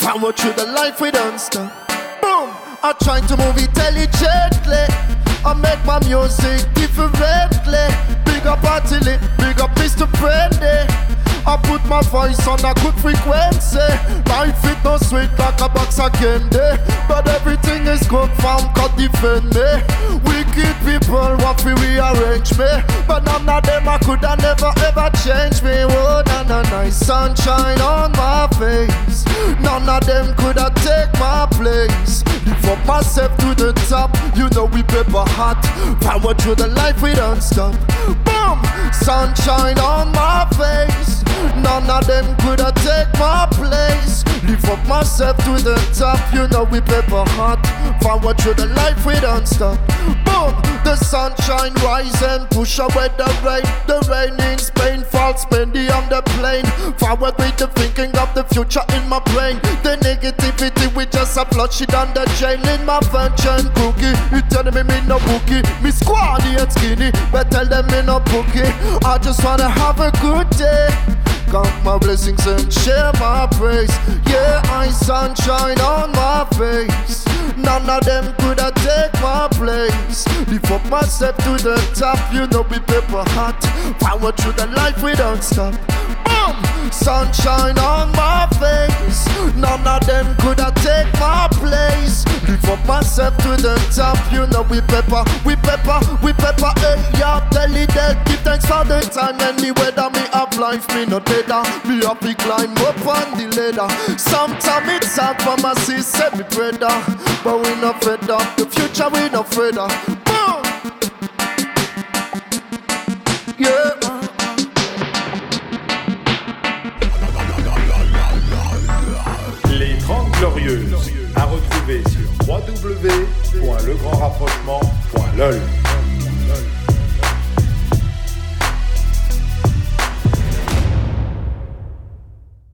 [SPEAKER 11] Forward through the life we don't stop. Boom! I try to move intelligently. I make my music differently. Big up Attili, big up Mr. Brandy. I put my voice on a good frequency. Life it no sweet like a box of candy. But everything is good from God defend me. Wicked people want to rearrange me. But none of them I could have never ever change me. Oh, na na na, sunshine on my face. None of them could have take my place. Lift up myself to the top. You know we paper hot. Power through the life we don't stop. Boom! Sunshine on my face. None of them could have take my place. Lift up myself to the top. You know we paper hot. Power through the life we don't stop. Boom! The sunshine rise and push away the rain. The rain in Spain falls spendy on the plane. Forward with the thinking of the future in my brain. The negativity we just a flush it on the chain in my function cookie. You telling me me no bookie, me squally and skinny, but tell them me no bookie. I just wanna have a good day. Count my blessings and share my praise. Yeah, I sunshine on my face. None of them could have take my place. Before myself to the top, you know we paper hot. Power through the life we don't stop. Boom! Sunshine on my face. None of them could have take my place. Live for myself
[SPEAKER 6] yourself to the top. You know we pepper, we pepper, we pepper. Hey, yeah, belly dead. Give thanks for the time and the weather. Me have life, me no tether. Me up, we climb up on the ladder. Sometimes it's hard for my sister, me brother. But we no fed up. The future we no fed up. Boom. Yeah.
[SPEAKER 12] Les 30 Glorieuses, à retrouver sur www.legrandrapprochement.lol.